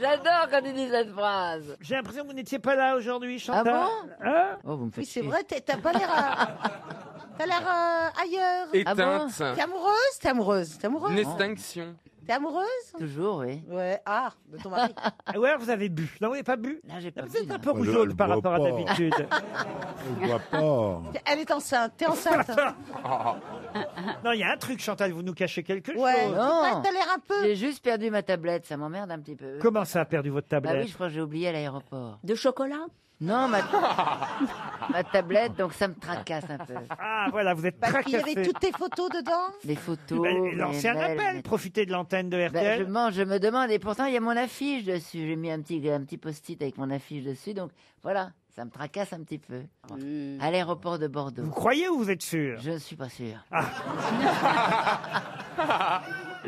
J'adore quand il dit cette phrase. J'ai l'impression que vous n'étiez pas là aujourd'hui, Chantal. Ah bon Hein Oh, vous me Oui, faites c'est chier. vrai, t'es- t'as pas l'air. euh, T'as l'air euh, ailleurs. Éteinte. Ah bon T'es amoureuse T'es amoureuse T'es amoureuse Une extinction. T'es amoureuse Toujours, oui. Ouais, ah, de ton mari. Ah Ouais, vous avez bu. Non, vous n'avez pas bu Non, j'ai pas Vous êtes bu, un non. peu Moi, je- rougeaude elle par boit rapport pas. à d'habitude. Je vois pas. <laughs> Elle est enceinte, t'es enceinte. hein. <laughs> Non, il y a un truc, Chantal, vous nous cachez quelque chose. Non. t'as l'air un peu. J'ai juste perdu ma tablette, ça m'emmerde un petit peu. Comment ça a perdu votre tablette Bah oui, je crois que j'ai oublié à <laughs> l'aéroport. De chocolat Non, ma... ma tablette, donc ça me tracasse un peu. Ah, voilà, vous êtes Parce tracassé. qu'il y avait toutes tes photos dedans. Les photos. Ben, les lancez un belles, appel, les- profitez de l'antenne de Ben, RTL. je, m'en- je me demande, et pourtant il y a mon affiche dessus. J'ai mis un petit, un petit post-it avec mon affiche dessus, donc voilà, ça me tracasse un petit peu. Hmm. À l'aéroport de Bordeaux. Vous croyez ou vous êtes sûr Ah. Je ne suis pas sûr. <laughs>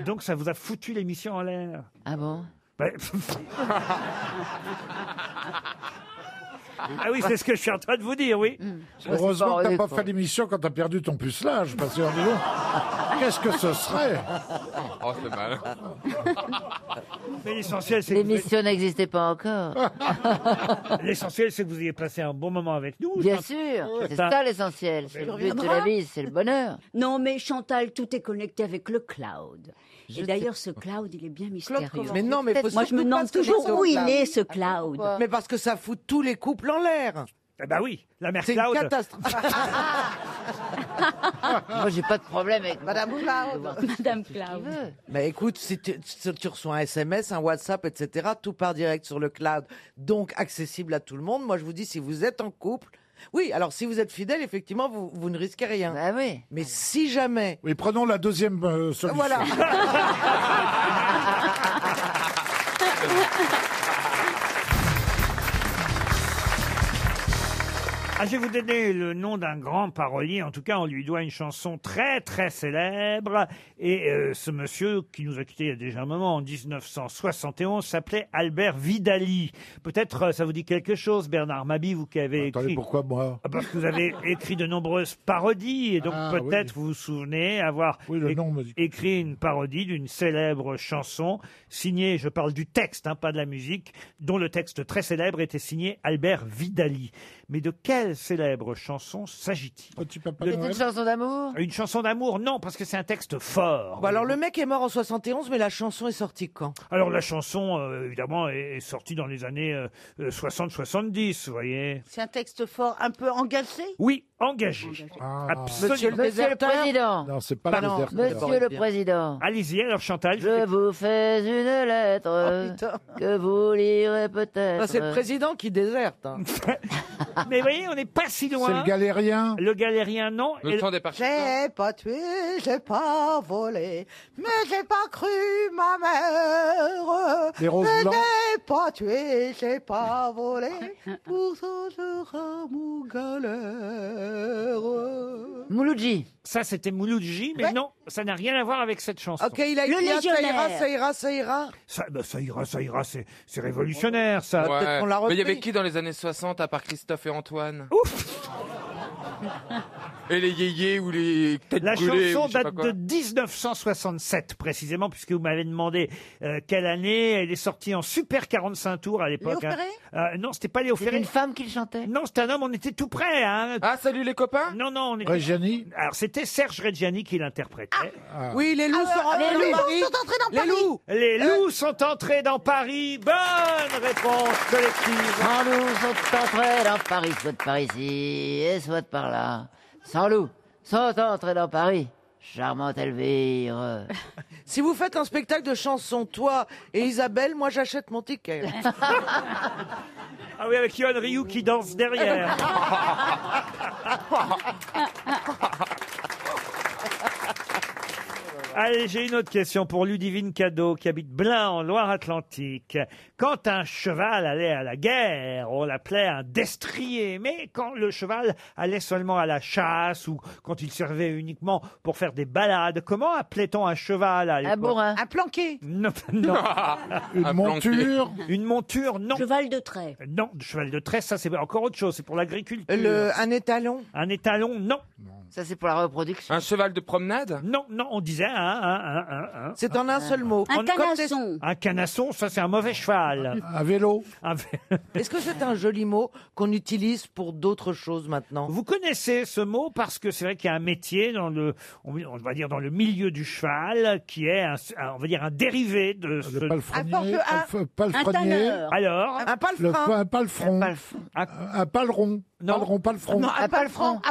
Donc ça vous a foutu l'émission en l'air. Ah bon Ben, <laughs> Ah oui, c'est ce que je suis en train de vous dire, oui. Hmm. Heureusement que t'as pas fait l'émission quand t'as perdu ton pucelage, parce que dis donc, qu'est-ce que ce serait <laughs> Oh, c'est mal. Mais l'essentiel, c'est que vous L'émission n'existait pas <laughs> encore. ayez- l'essentiel, c'est que vous ayez passé un bon moment avec nous. Bien Chantal. sûr, Ah, c'est Chantal. ça l'essentiel. C'est le but de la vie, c'est le bonheur. <laughs> Non, mais Chantal, tout est connecté avec le cloud. Je et sais d'ailleurs, ce cloud, il est bien mystérieux. comment Mais non, mais faut moi, je me surtout pas demande se connecter toujours au où il cloud. Ah, est ce cloud. Mais parce que ça fout tous les couples en l'air. Eh ben oui, la mère C'est une Cloud. catastrophe. Moi, j'ai pas de problème avec Madame Cloud. Madame Cloud. Bah écoute, si tu, si tu reçois un SMS, un WhatsApp, etc., tout part direct sur le cloud, donc accessible à tout le monde. Moi, je vous dis, si vous êtes en couple, oui, alors si vous êtes fidèle, effectivement, vous, vous ne risquez rien. oui. Mais si jamais. Oui, prenons la deuxième euh, solution. <laughs> Voilà. Ah, je vais vous donner le nom d'un grand parolier. En tout cas, on lui doit une chanson très très célèbre. Et euh, ce monsieur qui nous a quittés il y a déjà un moment, en 1971, s'appelait Albert Vidali. Peut-être euh, ça vous dit quelque chose, Bernard Mabi, vous qui avez Attendez, écrit. pourquoi moi Ah, Parce que vous avez écrit de nombreuses parodies et donc Ah, peut-être vous vous souvenez avoir é- écrit une parodie d'une célèbre chanson signée, je parle du texte, hein, pas de la musique, dont le texte très célèbre était signé Albert Vidali. Mais de quelle célèbre chanson s'agit-il Le- C'est une chanson d'amour Une chanson d'amour Non, parce que c'est un texte fort. Bah Bon, Bah, alors le mec est mort en 71, mais la chanson est sortie quand Alors la chanson, euh, évidemment, est, est sortie dans les années 60-70, vous voyez. C'est un texte fort, un peu engagé. Oui, engagé. Absolument. Monsieur le Monsieur le Président. Ah. Non, c'est Pardon, Monsieur le Président. Allez-y, alors Chantal. Je vous fais une lettre que vous lirez peut-être. Ah, Oh, C'est le président qui déserte. <laughs> hein. Mais vous voyez, on n'est pas si loin. C'est le galérien Le galérien, non. Et- J'ai pas tué, j'ai pas volé, mais j'ai pas cru ma mère. Des roses Je blanches. n'ai pas tué, j'ai pas volé, Ah, pour ça je rends mon galère. Mouloudji. Ça, c'était Mouloudji, mais non, ça n'a rien à voir avec cette chanson. Ok, il a écrit ah, ça ira, ça ira, ça ira. Ça, bah, ça ira, ça ira, c'est c'est Ah, révolutionnaire, ça. Ouais. Mais il y avait qui dans les années 60 à part Christophe et Antoine Ouf Et les yéyés ou les têtes La brûlées. ou chanson je sais pas date quoi. de 1967 précisément, puisque vous m'avez demandé euh, quelle année. Elle est sortie en super 45 tours à l'époque. Léo hein. Ferré Euh, Non, c'était pas Léo Ferré. une femme qui le chantait Non, c'était un homme, on était tout près. hein. Ah, salut les copains Non, non, on était... Reggiani Alors c'était Serge Reggiani qui l'interprétait. Oui, les loups sont rentrés dans Paris. les loups. Les loups sont entrés dans Paris. Bonne réponse collective. Sans loup, saute entrée dans Paris, saute par ici et saute par là. Sans loup, saute entrée dans Paris, charmante Elvire. Si vous faites un spectacle de chansons, toi et Isabelle, moi j'achète mon ticket. Ah oui, avec Yohan Ryu qui danse derrière. Allez, j'ai une autre question pour Ludivine Cadeau qui habite Blain en Loire-Atlantique. Quand un cheval allait à la guerre, on l'appelait un destrier. Mais quand le cheval allait seulement à la chasse ou quand il servait uniquement pour faire des balades, comment appelait-on un cheval à l'époque bourrin. Un planqué. Non, non. Une <laughs> Un planqué. monture. Une monture, non. Cheval de trait. Non, le cheval de trait, ça c'est encore autre chose, c'est pour l'agriculture. Le- un étalon Un étalon, non. Ça c'est pour la reproduction. Un cheval de promenade Non, non, on disait un, un, un, un, un. C'est en un seul mot. Un On- canasson. Un canasson, ça c'est un mauvais cheval. Un vélo <laughs> Est-ce que c'est un joli mot qu'on utilise pour d'autres choses maintenant Vous connaissez ce mot parce que c'est vrai qu'il y a un métier dans le, on on va dire dans le milieu du cheval qui est, un, un- on va dire un dérivé de ce. Ah, palefrenier, Un porte- un- palef- palefrenier. un tanneur. Alors. Un palefrin. Le pa- un palefron. Un Un paleron. Paleron, palefron. un palefron.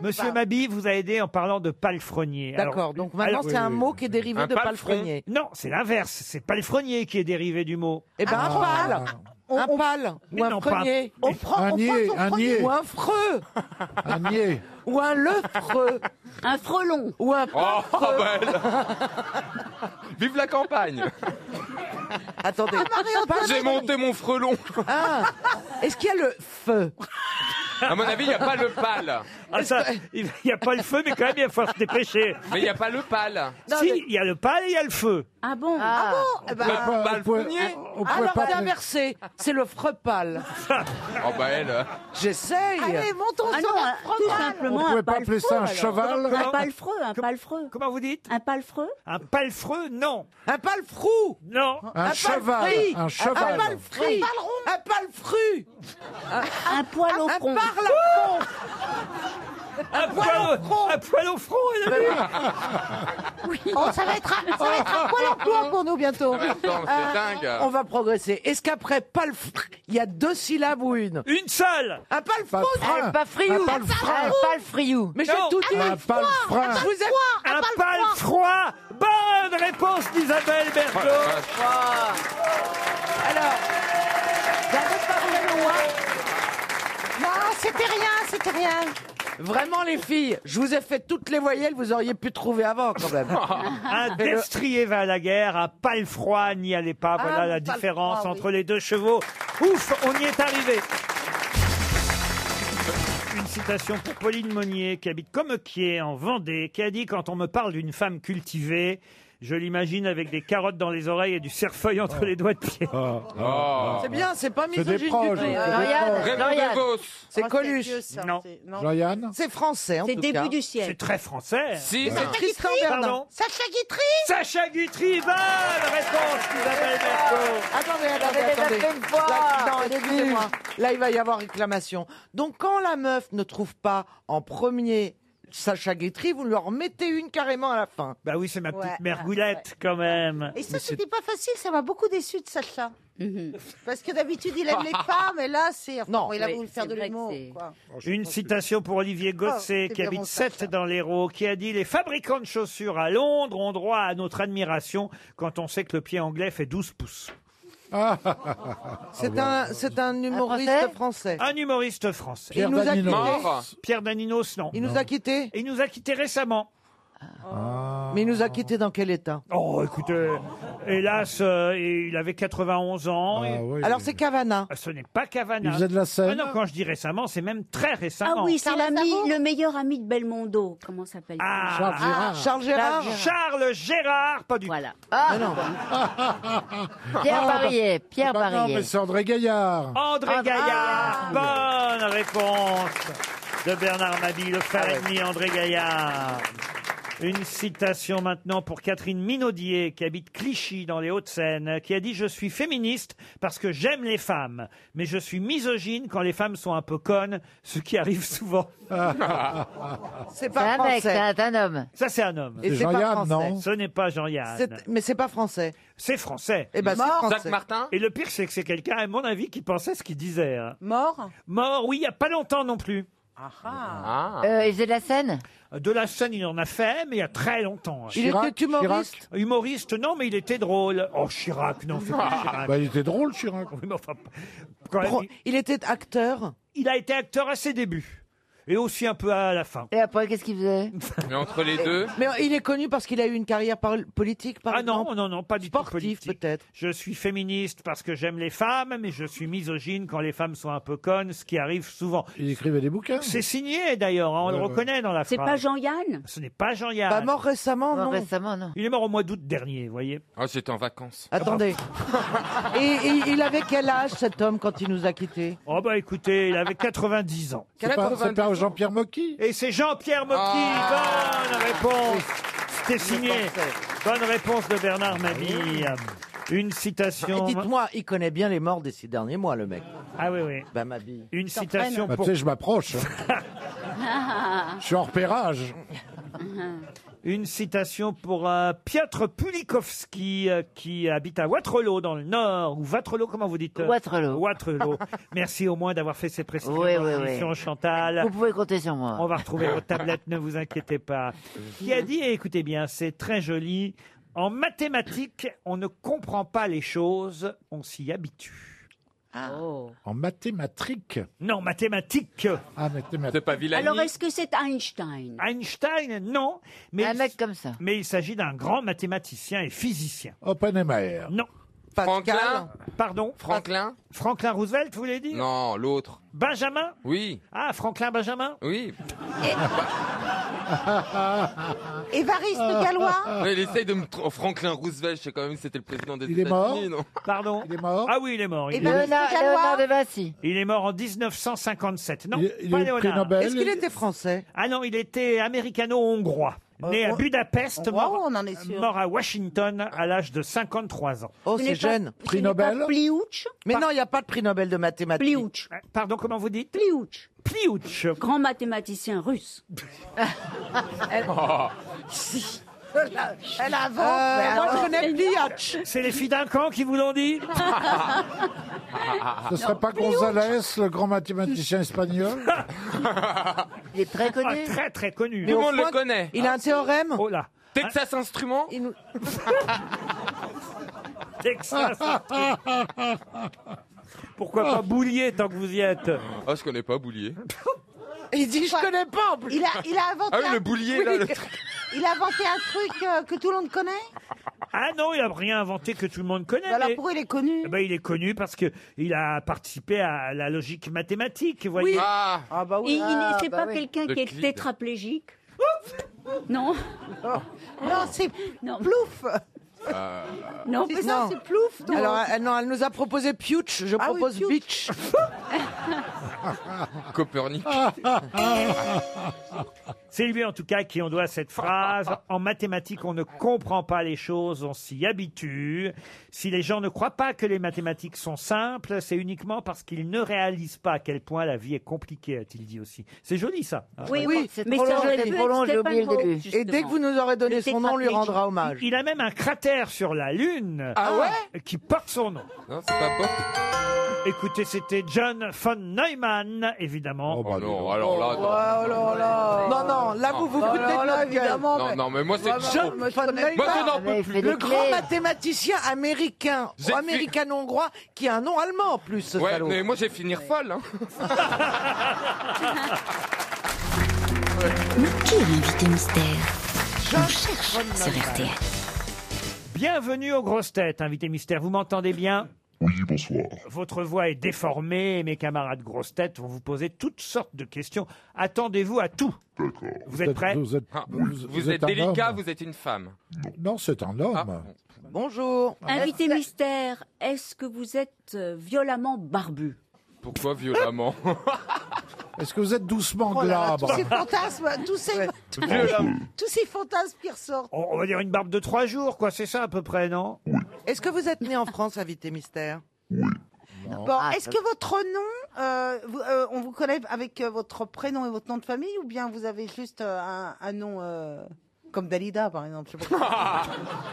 Monsieur Mabi vous a aidé en parlant de palefrenier. Alors- Bah. D'accord, donc maintenant alors- c'est un mot qui est dérivé de palefrenier. Non, c'est l'inverse. C'est palefrenier qui est dérivé du mot. Eh ben un pâle, un pâle Mais ou un non, pas- prenier. On prend- Un on prend niais, son un prenier. niais. Ou un freux. Un Ah niais. Ou un lefreux. Un frelon. Ou un <laughs> Oh, palefreux. belle <laughs> Vive la campagne Ah, Attendez. J'ai monté mon frelon Ah, Est-ce qu'il y a le feu À mon avis, il n'y a pas le pâle. Ah, ça, il n'y a pas le feu, mais quand même, il va falloir se dépêcher. Mais il n'y a pas le pâle. si, il y a le pal et il y a le feu. Ah bon Ah, bon bah, Le palefrenier Alors c'est inversé, c'est le freux <laughs> pâle. Oh, bah elle. J'essaye. montons Ah sur non, la un- frontal. tout simplement On un pouvait pas appeler ça un palefreux, alors. cheval Un palefreux, un palefreux. hein. Comment vous dites Un palefreux Un palefreux, non. Un palefrou Non. Un cheval. palefrit. Un cheval. Un palefrit. Un palefru. Un poil au front. Un parlafron. Un poil au front Un poil au front, elle a vu Bah <laughs> Oh, ça va être un, ça va être un poil en plomb pour nous bientôt. Mais attends, c'est dingue. Euh, On va progresser. Est-ce qu'après palefr, il y a deux syllabes ou une Une seule Un palefrou Un pas friou. Un Un palefrin. pas friou. Mais j'ai Non. tout dit. Un palefrin. Je vous ai- Un pal froid Bonne réponse d'Isabelle Oh la Berthaud vache. Alors, j'avais pas très loin. Non, c'était rien, c'était rien. Vraiment, les filles, je vous ai fait toutes les voyelles, vous auriez pu trouver avant quand même. <laughs> Un destrier va à la guerre, un pal froid n'y allait pas. Voilà Ah, la le pal différence froid, oui. entre les deux chevaux. Ouf, on y est arrivé. Une citation pour Pauline Monnier, qui habite Commequier, en Vendée, qui a dit Quand on me parle d'une femme cultivée, je l'imagine avec des carottes dans les oreilles et du cerfeuil entre les doigts de pied. Oh. C'est bien, c'est pas Ah. C'est des misogyne du proches, tout. Euh, c'est des Florian, proches. Raymond Florian. Devos. C'est Ah, Oh, Coluche. vieux, ça, Non. c'est- non. Florian C'est français, en C'est tout début cas. du C'est siècle. très français. Si, C'est Tristan Pardon Bernard. Sacha Guitry Sacha Guitry, bonne réponse d'Isabelle Berthaud. Attendez, J'avais déjà fait une fois. Là, non, Au début. excusez-moi. Là, il va y avoir réclamation. Donc, quand la meuf ne trouve pas en premier Sacha Guitry, vous leur mettez une carrément à la fin. Bah oui, c'est ma Ouais, petite mergoulette quand même. Et ça, c'était pas facile, ça m'a beaucoup déçu de Sacha. Mhm. Parce que d'habitude, il <laughs> aime les femmes, et là, c'est. enfin, Non. bon, il a Oui, voulu faire c'est de vrai que l'humour. c'est- quoi. Une citation pour Olivier Ah, Gosset, c'est qui bien habite bon, ça, 7 dans l'Hérault, qui a dit Les fabricants de chaussures à Londres ont droit à notre admiration quand on sait que le pied anglais fait 12 <laughs> pouces. Ah, C'est un, c'est un humoriste Français français. Un humoriste français. Il Pierre nous a Daninos. quittés. Mort. Pierre Daninos, non. Il nous a quittés. Il nous a quittés récemment. Ah. Mais il nous a quittés dans quel état Oh, écoutez, hélas, euh, il avait 91 ans. et- Ah oui. Alors, c'est Cavana. Ah, Ce n'est pas Cavana. Il faisait de la scène. Ah non, quand je dis récemment, c'est même très Ah récemment. oui, c'est Carla l'ami, Savo le meilleur ami de Belmondo. Comment s'appelle-t-il Ah, Charles Gérard. Charles Ah, Gérard. Charles Ah Gérard, pas du tout. Voilà. Mais <laughs> non. Pierre Barillet. Pierre Bah non, mais Barillet. c'est André Gaillard. André Gaillard, bonne réponse de Bernard Mabille, Le Ah Farigny, André Gaillard. Une citation maintenant pour Catherine Minaudier, qui habite Clichy dans les Hauts-de-Seine, qui a dit Je suis féministe parce que j'aime les femmes, mais je suis misogyne quand les femmes sont un peu connes, ce qui arrive <laughs> souvent. <laughs> C'est C'est pas un mec, français. c'est un, c'est un homme. Ça, c'est un homme. Et C'est c'est pas Jean-Yann, français. non Ce n'est pas Jean-Yann. C'est- Mais c'est pas français. Ah, C'est français. Eh ben, c'est Mort. français. Jacques Martin Et le pire, c'est que c'est quelqu'un, à mon avis, qui pensait ce qu'il disait. hein. Mort Mort, oui, il n'y a pas longtemps non plus. Euh, il faisait de la scène De la scène, il en a fait, mais il y a très longtemps. hein. Il Chirac, était humoriste Chirac Humoriste, non, mais il était drôle. Oh, Chirac, non, c'est pas Chirac. Bah, il était drôle, Chirac. <laughs> Oui, mais enfin, quand même, Pro- il- Il était acteur. il a été acteur à ses débuts. Et aussi un peu à la fin. Et après, qu'est-ce qu'il faisait Mais entre <laughs> les Euh. deux, Mais euh, il est connu parce qu'il a eu une carrière par- politique, par Ah non, exemple. non, non, pas du tout politique. peut-être. Je suis féministe parce que j'aime les femmes, mais je suis misogyne quand les femmes sont un peu connes, ce qui arrive souvent. Il écrivait des bouquins. C'est signé d'ailleurs, hein, on Ouais, le ouais. reconnaît dans la C'est phrase. pas Jean-Yann Ce n'est pas Jean-Yann. Bah, mort récemment, Mort non. récemment, non. Il est mort au mois d'août dernier, vous voyez. Ah, j'étais en vacances. Attendez. Ah et, et il avait quel âge cet homme quand il nous a quittés Oh bah écoutez, il avait 90 ans. C'est pas- c'est pas Jean-Pierre Mocky Et c'est Jean-Pierre Mocky, Ah. bonne réponse C'était signé. Bonne réponse de Bernard Mabille. euh, Une Et citation... dites-moi, il connaît bien les morts des six derniers mois, le mec. Ah oui, oui. Bah, ma bille. Une citation Bah, pour... Tu sais, je m'approche. Ah, je suis en repérage. Uh-huh. Une citation pour euh, Piotr Pulikowski, euh, qui habite à Waterloo, dans le Nord. Ou Waterloo, comment vous dites euh Waterloo. <laughs> Waterloo. Merci au moins d'avoir fait ces précisions Oui, dans oui, oui. l'émission, Chantal. Vous pouvez compter sur moi. On va retrouver vos tablettes, ne vous inquiétez pas. Qui a dit, et écoutez bien, c'est très joli, en mathématiques, on ne comprend pas les choses, on s'y habitue. En mathématiques. Non, mathématiques. Ah, mathématiques. c'est pas Villani. Alors, est-ce que c'est Einstein Einstein, non. Mais un mec comme ça. Mais il s'agit d'un grand mathématicien et physicien. Oppenheimer. Non. Franklin Pardon Franklin Franklin Roosevelt, vous voulez dire Non, l'autre. Benjamin Oui, Ah, Franklin Benjamin oui. Évariste Gallois Non, il essaye de me. tr- Franklin Roosevelt, je sais quand même que c'était le président des Il est mort États-Unis, non Pardon Il est mort Ah oui, il est mort. Il, est... Léonard, Galois Léonard de Vinci. il est mort en 1957. Non, Il- il pas est prix Léonard. Nobel. Est-ce qu'il était français Ah non, il était américano-hongrois. Né à on- Budapest, on voit mort, où on en est sûr. mort à Washington à l'âge de 53 ans. Ce Oh, c'est n'est pas- jeune. ce n'est pas Pliouch Mais non, il n'y a pas de prix Nobel de mathématiques. Pliouch. Euh, Pardon, comment vous dites Pliouch. Pliouch. Grand mathématicien russe. Ah. Elle ben avance. Euh, mais moi, alors- je connais Pliouch. C'est les filles d'un camp qui vous l'ont dit Ah, Ce serait pas Gonzalez, le grand mathématicien espagnol Il est très Ah, connu. Très très connu. Tout le au monde fond, le connaît. Il a un théorème Oh là Texas Instruments Il nous- <laughs> Texas. Pourquoi pas Boulier tant que vous y êtes Ah, je connais pas Boulier. Il dit, je connais pas en plus. Il a, il a inventé, Ah oui, un, le Boulier, là, le truc. il a inventé un truc euh, que tout le monde connaît Ah non, il a rien inventé que tout le monde connaît. Alors mais- pourquoi il est connu Eh ben, il est connu parce que il a participé à la logique mathématique, vous voyez. Ah, Ah bah Et oui. il Ah, c'est bah pas oui. quelqu'un De qui est Clide. tétraplégique Non, Non, c'est non, plouf Euh, non, mais non. Non, c'est plouf donc. Alors, elle, non, elle nous a proposé Piouch, je Ah oui, propose Piouch. Bitch. <laughs> Copernic. C'est lui en tout cas qui on doit cette phrase. En mathématiques, on ne comprend pas les choses, on s'y habitue. Si les gens ne croient pas que les mathématiques sont simples, c'est uniquement parce qu'ils ne réalisent pas à quel point la vie est compliquée, a-t-il dit aussi. C'est joli ça. hein. Oui, Oui, oui, c'est mais trop ça long, aurait c'est pu trop être long, j'ai Stéphane oublié le Gaulle, début. Et dès que justement. vous nous aurez donné Le son nom, on lui tétraplégique. rendra hommage. Ah, Il a même un cratère sur la Lune Ah ouais qui porte son nom. Non, c'est pas Bob. Écoutez, c'était John von Neumann, évidemment. Oh, bah, Oh dis non, donc. alors là, attends. Oh. Non, non, là, vous vous foutez de notre gueule. Non, non, mais moi, c'est trop. Jean von Neumann, Moi, je n'en Ah, mais peux il fait plus. des le grand clés. mathématicien américain, J'ai- ou américain-hongrois, qui a un nom allemand en plus, ce Ouais, salaud. mais moi, j'ai finir folle. Hein. Mais qui est l'invité mystère On cherche sur RTL. Bienvenue aux grosses têtes, invité mystère. Vous m'entendez bien Oui, bonsoir. Votre voix est déformée et mes camarades grosses têtes vont vous poser toutes sortes de questions. Attendez-vous à tout. D'accord. Vous êtes prêts Vous êtes, Ah, vous- Vous, vous êtes un délicat, homme. vous êtes une femme. Non, c'est un Ah, homme. Bonjour. Invité mystère, est-ce que vous êtes euh, violemment barbu pourquoi violemment <laughs> Est-ce que vous êtes doucement Oh là là, glabre tous ces fantasmes, tous ces, tous, Vieux, là. tous ces fantasmes qui ressortent. On, on va dire une barbe de trois jours, quoi, c'est ça à peu près, non Est-ce que vous êtes né en France, invité mystère Oh, Bon, Ah, ah, est-ce que votre nom, euh, vous- euh, on vous connaît avec euh, votre prénom et votre nom de famille, ou bien vous avez juste euh, un, un nom euh, comme Dalida, par exemple je sais pas.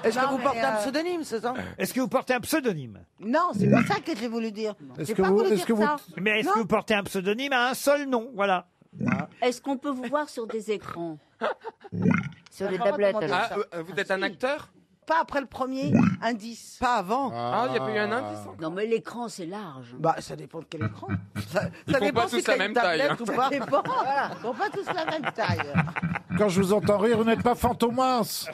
Est-ce que Non, vous mais, portez un euh, pseudonyme, c'est ça Est-ce que vous portez un pseudonyme Non, c'est pas ça que j'ai voulu dire. J'ai pas voulu dire ça. Mais est-ce que vous portez un pseudonyme à un seul nom Voilà. Est-ce qu'on peut vous voir sur des écrans Sur des tablettes, alors. Ah, euh, vous êtes un acteur Pas après le premier indice. Pas avant. Ah, il n'y a pas eu un indice Non, mais l'écran, c'est large. Bah, ça dépend de quel écran. Ils font pas tous la même taille. hein. Ça <laughs> dépend. Voilà, ils sont pas tous la même taille. Quand je vous entends rire, vous n'êtes pas Fantomas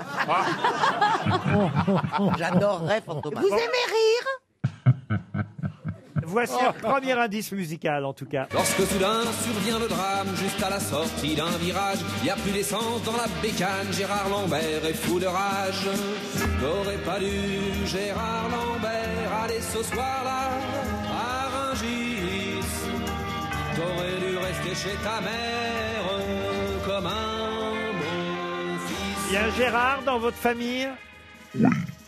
<laughs> J'adorerais <laughs> Fantomas. Vous aimez rire Oh, Voici un premier indice musical, en tout cas. Lorsque soudain survient le drame, juste à la sortie d'un virage, y a plus d'essence dans la bécane, Gérard Lambert est fou de rage. T'aurais pas dû, Gérard Lambert, aller ce soir-là à Rungis. T'aurais dû rester chez ta mère comme un bon fils. Il y a un Gérard dans votre famille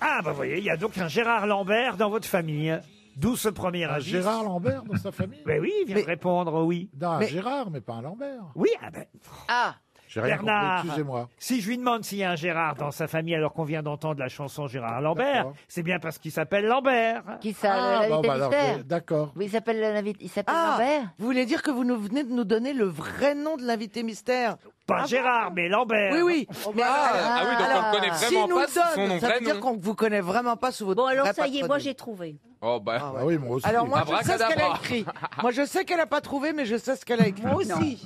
Ah, bah vous voyez, il y a donc un Gérard Lambert dans votre famille. D'où ce premier Un indice. Ah, Gérard Lambert dans sa famille Ben oui, il vient de répondre, oui. Non, un Gérard, mais pas un Lambert. Oui, ah ben. Ah J'ai rien compris, Bernard, excusez-moi. si je lui demande s'il y a un Gérard dans sa famille alors qu'on vient d'entendre la chanson Gérard Lambert, D'accord. c'est bien parce qu'il s'appelle Lambert. Qui ça Ah, le- bon, l'invité bah alors, mystère D'accord. Oui, il s'appelle l'invité. Il s'appelle Ah, Lambert. vous voulez dire que vous nous venez de nous donner le vrai nom de l'invité mystère Ah. Pas Gérard, mais Lambert. Oui, oui. Oh, Mais bah, alors- ah, ah oui, donc on alors, le connaît s'il vraiment nous pas le sous son donne, nom, Ça vrai veut dire nom. qu'on vous connaît vraiment pas sous votre Bon, alors vrai ça y est, patronyme. moi j'ai trouvé. Oh, bah. Ah oui, moi aussi. Alors moi, je sais ce Abracadabra. qu'elle a écrit. Moi, je sais qu'elle a pas trouvé, mais je sais ce qu'elle a écrit. Moi aussi.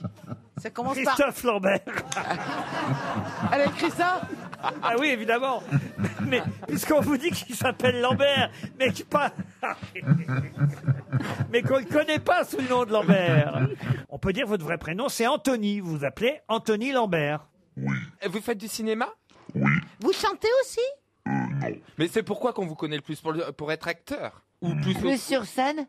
Ça commence Christophe Ah, Lambert. par. Elle a écrit ça Ah oui, évidemment. <laughs> Mais puisqu'on vous dit qu'il s'appelle Lambert, mais qu'il pas... <laughs> mais qu'on ne connaît pas sous le nom de Lambert. On peut dire votre vrai prénom, c'est Anthony. Vous vous appelez Anthony Lambert. Et Vous faites du cinéma Vous chantez aussi Mais c'est pourquoi qu'on vous connaît le plus pour, le- pour être acteur Ou plus, Plus sur scène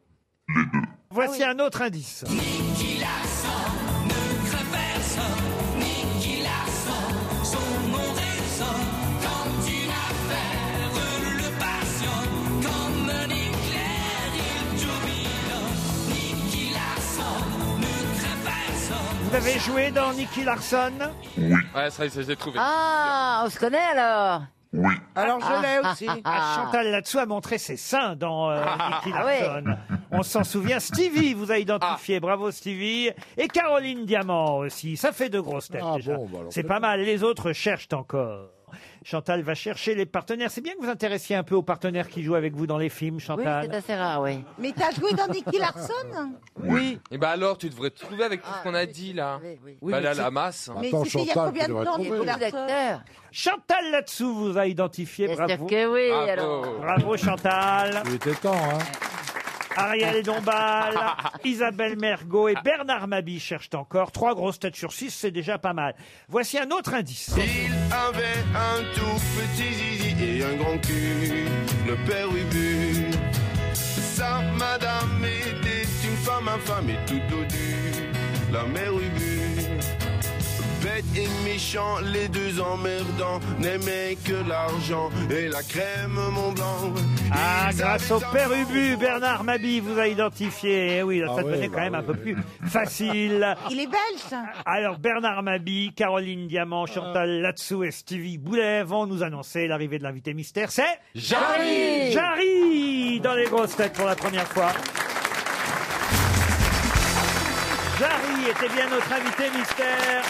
Voici Ah un autre indice. Nicky Larson ne craint personne. Nicky Larson, son nom résonne quand une affaire le passionne. Comme un éclair, il tourbillonne. Nicky Larson ne craint personne. <laughs> Vous avez joué dans Nicky Larson Ouais, ça, ça, j'ai trouvé. Ah, on se connaît alors Alors je l'ai aussi. <laughs> Ah, Chantal là-dessous a montré ses seins dans euh, Nicky Ah ouais. Ah. Larson. On s'en souvient. Stevie vous a identifié. Bravo Stevie. Et Caroline Diamant aussi. Ça fait deux grosses Ah, têtes déjà. bah C'est pas mal. Les autres cherchent encore. Chantal va chercher les partenaires. C'est bien que vous intéressiez un peu aux partenaires qui jouent avec vous dans les films, Oui, Chantal. c'est assez rare, oui. Mais t'as joué dans Nicky Larson Oui. Et bah alors, tu devrais te trouver avec Ah, tout ce qu'on a dit là. Oui, Bah mais là, c'est- la masse. Mais Attends, c'était il y a Chantal, combien tu de devrais temps, trouver. Nicolas Beaucoup d'acteurs. Chantal là-dessous vous a identifié. Bravo. que oui, Bravo. alors. Bravo Chantal. Il était temps, hein Ariel Dombal, Isabelle Mergot et Bernard Mabi cherchent encore. Trois grosses têtes sur six, c'est déjà pas mal. Voici un autre indice. Il avait un tout petit zizi et un grand cul, le père Ubu. Sa madame était une femme infâme et tout dodue, la mère Ubu. Bête et méchant, les deux emmerdants n'aimaient que l'argent et la crème Mont Blanc. Ah, grâce au père Ubu, Bernard Mabi vous a identifié. Eh oui, là, ça Ah oui, devenait quand bah même un peu plus <laughs> facile. Il est belge. Alors, Bernard Mabi, Caroline Diamant, Chantal Latsou et Stevie Boulet vont nous annoncer l'arrivée de l'invité mystère. C'est Jarry Jarry dans les grosses têtes pour la première fois. Jarry était bien notre invité mystère.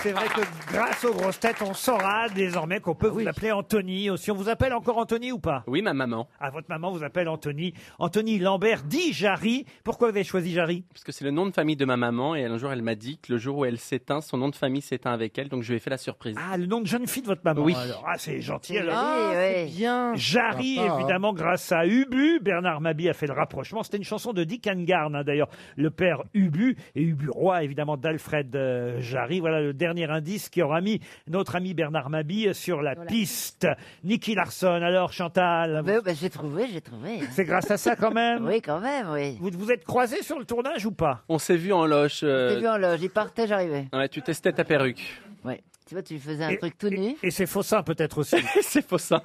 C'est vrai que grâce aux grosses têtes, on saura désormais qu'on peut vous appeler Anthony. Aussi, on vous appelle encore Anthony ou pas Oui, ma maman. À votre maman vous appelle Anthony. Anthony Lambert dit Jarry. Pourquoi vous avez choisi Jarry Parce que c'est le nom de famille de ma maman et un jour elle m'a dit que le jour où elle s'éteint, son nom de famille s'éteint avec elle, donc je lui ai fait la surprise. Ah, le nom de jeune fille de votre maman. Oui. alors. Ah, c'est gentil. Oui, alors. Ah, oui, c'est bien. Jarry, Ah. Sympa, hein. évidemment, grâce à Ubu. Bernard Mabi a fait le rapprochement. C'était une chanson de Dick Angarn, hein, d'ailleurs, le père Ubu. Et Ubu Roy, évidemment, d'Alfred euh, Jarry. Voilà le dernier dernier indice qui aura mis notre ami Bernard Mabille sur la piste. Nicky Larson, alors Chantal vous- bah, J'ai trouvé, j'ai trouvé. C'est grâce à ça quand même Oui, quand même, oui. Vous vous êtes croisés sur le tournage ou pas On s'est vu en loche. euh, T'es vu en loge, il partait, j'arrivais. ouais, tu testais ta perruque. Ouais. Tu vois, tu faisais un Et- truc tout nu. Et c'est faux ça peut-être aussi. <laughs> c'est faux ça.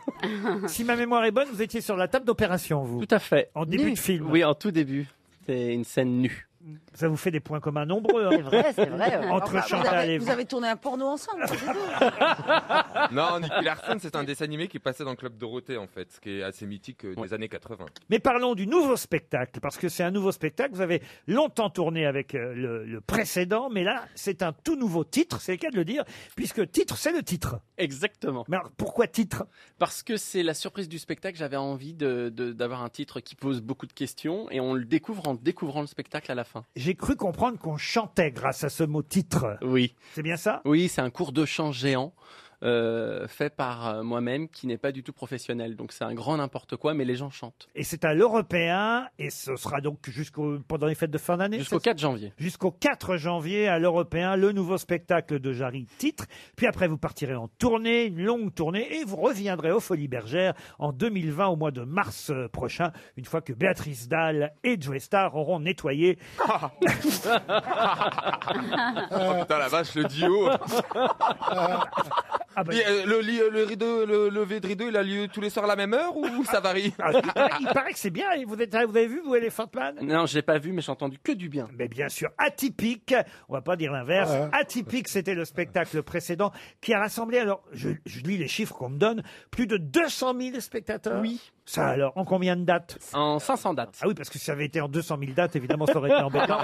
si ma mémoire est bonne, vous étiez sur la table d'opération, vous. Tout à fait. En début de film. Oui, en tout début. C'est une scène nue. Ça vous fait des points communs nombreux. hein. C'est vrai, c'est vrai, ouais. Entre Enfin, vous, Chantal avez, et vous avez tourné un porno ensemble. c'est tout. Non, Nicky Larson, c'est un dessin animé qui passait dans le Club Dorothée, en fait, ce qui est assez mythique euh, des années 80. Mais parlons du nouveau spectacle, parce que c'est un nouveau spectacle. Vous avez longtemps tourné avec euh, le, le précédent, mais là, c'est un tout nouveau titre, c'est le cas de le dire, puisque titre, c'est le titre. Exactement. Mais alors, pourquoi titre Parce que c'est la surprise du spectacle. J'avais envie de- de- d'avoir un titre qui pose beaucoup de questions et on le découvre en découvrant le spectacle à la fin. J'ai cru comprendre qu'on chantait grâce à ce mot titre. Oui. C'est bien ça Oui, c'est un cours de chant géant. euh, fait par euh, moi-même qui n'est pas du tout professionnel. Donc c'est un grand n'importe quoi, mais les gens chantent. Et c'est à l'Européen, et ce sera donc jusqu'au pendant les fêtes de fin d'année. Jusqu'au c'est ça 4 janvier. Jusqu'au 4 janvier à l'Européen, le nouveau spectacle de Jarry titre. Puis après, vous partirez en tournée, une longue tournée, et vous reviendrez aux Folies Bergères en 2020, au mois de mars euh, prochain, une fois que Béatrice Dalle et Joe Star auront nettoyé. Ah, Oh putain, la vache, le duo Et, euh, le, lit- le rideau, le lever de rideau, il a lieu tous les soirs à la même heure ou ça varie Il paraît, il paraît que c'est bien. et Vous, êtes, vous avez vu, vous, Elephant Man Non, je l'ai pas vu, mais j'ai entendu que du bien. Mais bien sûr, atypique, on va pas dire l'inverse. Ouais. Atypique, c'était le spectacle précédent qui a rassemblé, alors je, je lis les chiffres qu'on me donne, plus de 200 000 spectateurs. Oui. Ça alors, en combien de dates En 500 dates. Ah oui, parce que si ça avait été en 200 000 dates, évidemment, ça aurait <laughs> été embêtant.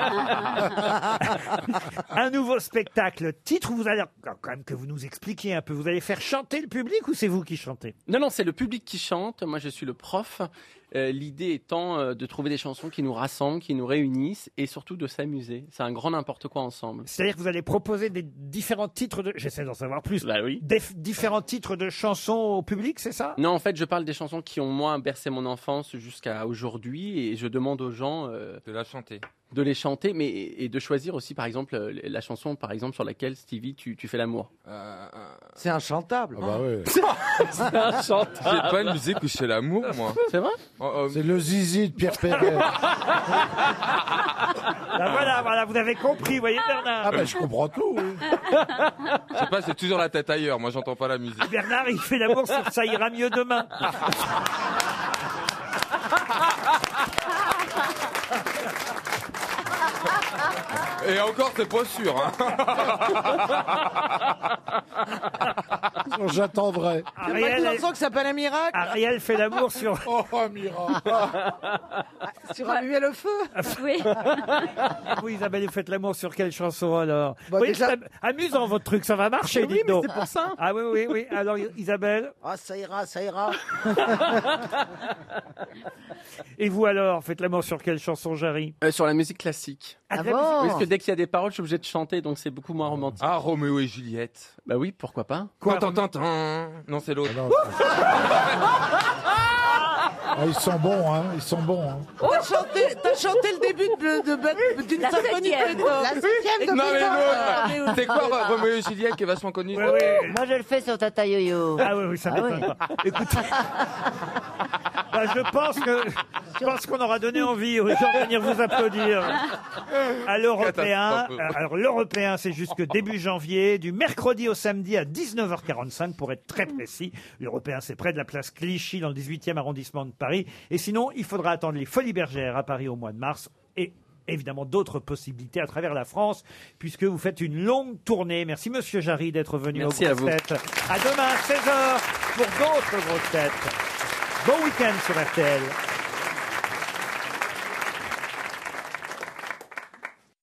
un nouveau spectacle, titre, vous allez quand même que vous nous expliquiez un peu, vous allez faire chanter le public ou c'est vous qui chantez Non, non, c'est le public qui chante. Moi, je suis le prof. Euh, L'idée étant euh, de trouver des chansons qui nous rassemblent, qui nous réunissent et surtout de s'amuser. C'est un grand n'importe quoi ensemble. C'est-à-dire que vous allez proposer des différents titres de... J'essaie d'en savoir plus. Bah Des f- différents titres de chansons au public, c'est ça Non, en fait, je parle des chansons qui ont, moi, bercé mon enfance jusqu'à aujourd'hui et je demande aux gens. euh, de la chanter. De les chanter, mais et de choisir aussi, par exemple, euh, la chanson par exemple, sur laquelle, Stevie, tu, tu fais l'amour. C'est inchantable. Ah bah ouais. Euh, C'est J'ai pas une musique où je fais l'amour, moi. Oh, C'est vrai C'est le zizi de Pierre Perret. Ah, voilà, voilà, vous avez compris, vous voyez Bernard. Ah ben je comprends tout. Je sais pas, j'ai toujours la tête ailleurs. Moi, j'entends pas la musique. <laughs> Bernard, il fait l'amour sur ça ira mieux demain. Et encore, c'est pas sûr. hein. J'attendrai. Ah, pas une Ariel, chanson qui s'appelle Un miracle Ariel fait l'amour sur. <laughs> Oh, un Ah, miracle Sur Allumer le <laughs> feu <laughs> Oui. Vous, Isabelle, vous faites l'amour sur quelle chanson alors Vous voyez, Bah, déjà- Eh c'est am- amusant votre truc, ça va marcher, Oui, dites mais donc. c'est pour ça. Ah oui, oui, oui. Alors, Isabelle, Ah, ça ira, ça ira. et vous alors, faites l'amour sur <laughs> quelle chanson, Jarry Euh, sur la musique classique. Ah de la bon musique Parce que dès qu'il y a des paroles, je suis obligé de chanter, donc c'est beaucoup moins romantique. Ah, Roméo et Juliette. Bah oui, pourquoi pas Tan, tan, tan, tan. Non, c'est l'autre. Ah, ils sont bons, hein, ils sont bons. hein. T'as Oh, chanté, t'as chanté le début de- de- de- d'une La symphonie septième. de Beethoven. La septième de Non, mais Beethoven. l'autre. C'est quoi, Roméo et Juliette qui est vachement connu Moi, je le fais sur Tata Yo-Yo. Ah oui, oui, ça m'étonne pas. Écoute. Bah, je pense que je pense qu'on aura donné envie aux gens de venir vous applaudir. <laughs> À l'européen, Catastrophe. euh, alors l'européen, c'est jusque début janvier, du mercredi au samedi à 19h45 pour être très précis. L'européen, c'est près de la place Clichy dans le 18e arrondissement de Paris. Et sinon, il faudra attendre les Folies Bergères à Paris au mois de mars et évidemment d'autres possibilités à travers la France puisque vous faites une longue tournée. Merci Monsieur Jarry d'être venu Merci à aux grosses vous. têtes. À demain à 16h pour d'autres grosses têtes. Bon week-end sur RTL.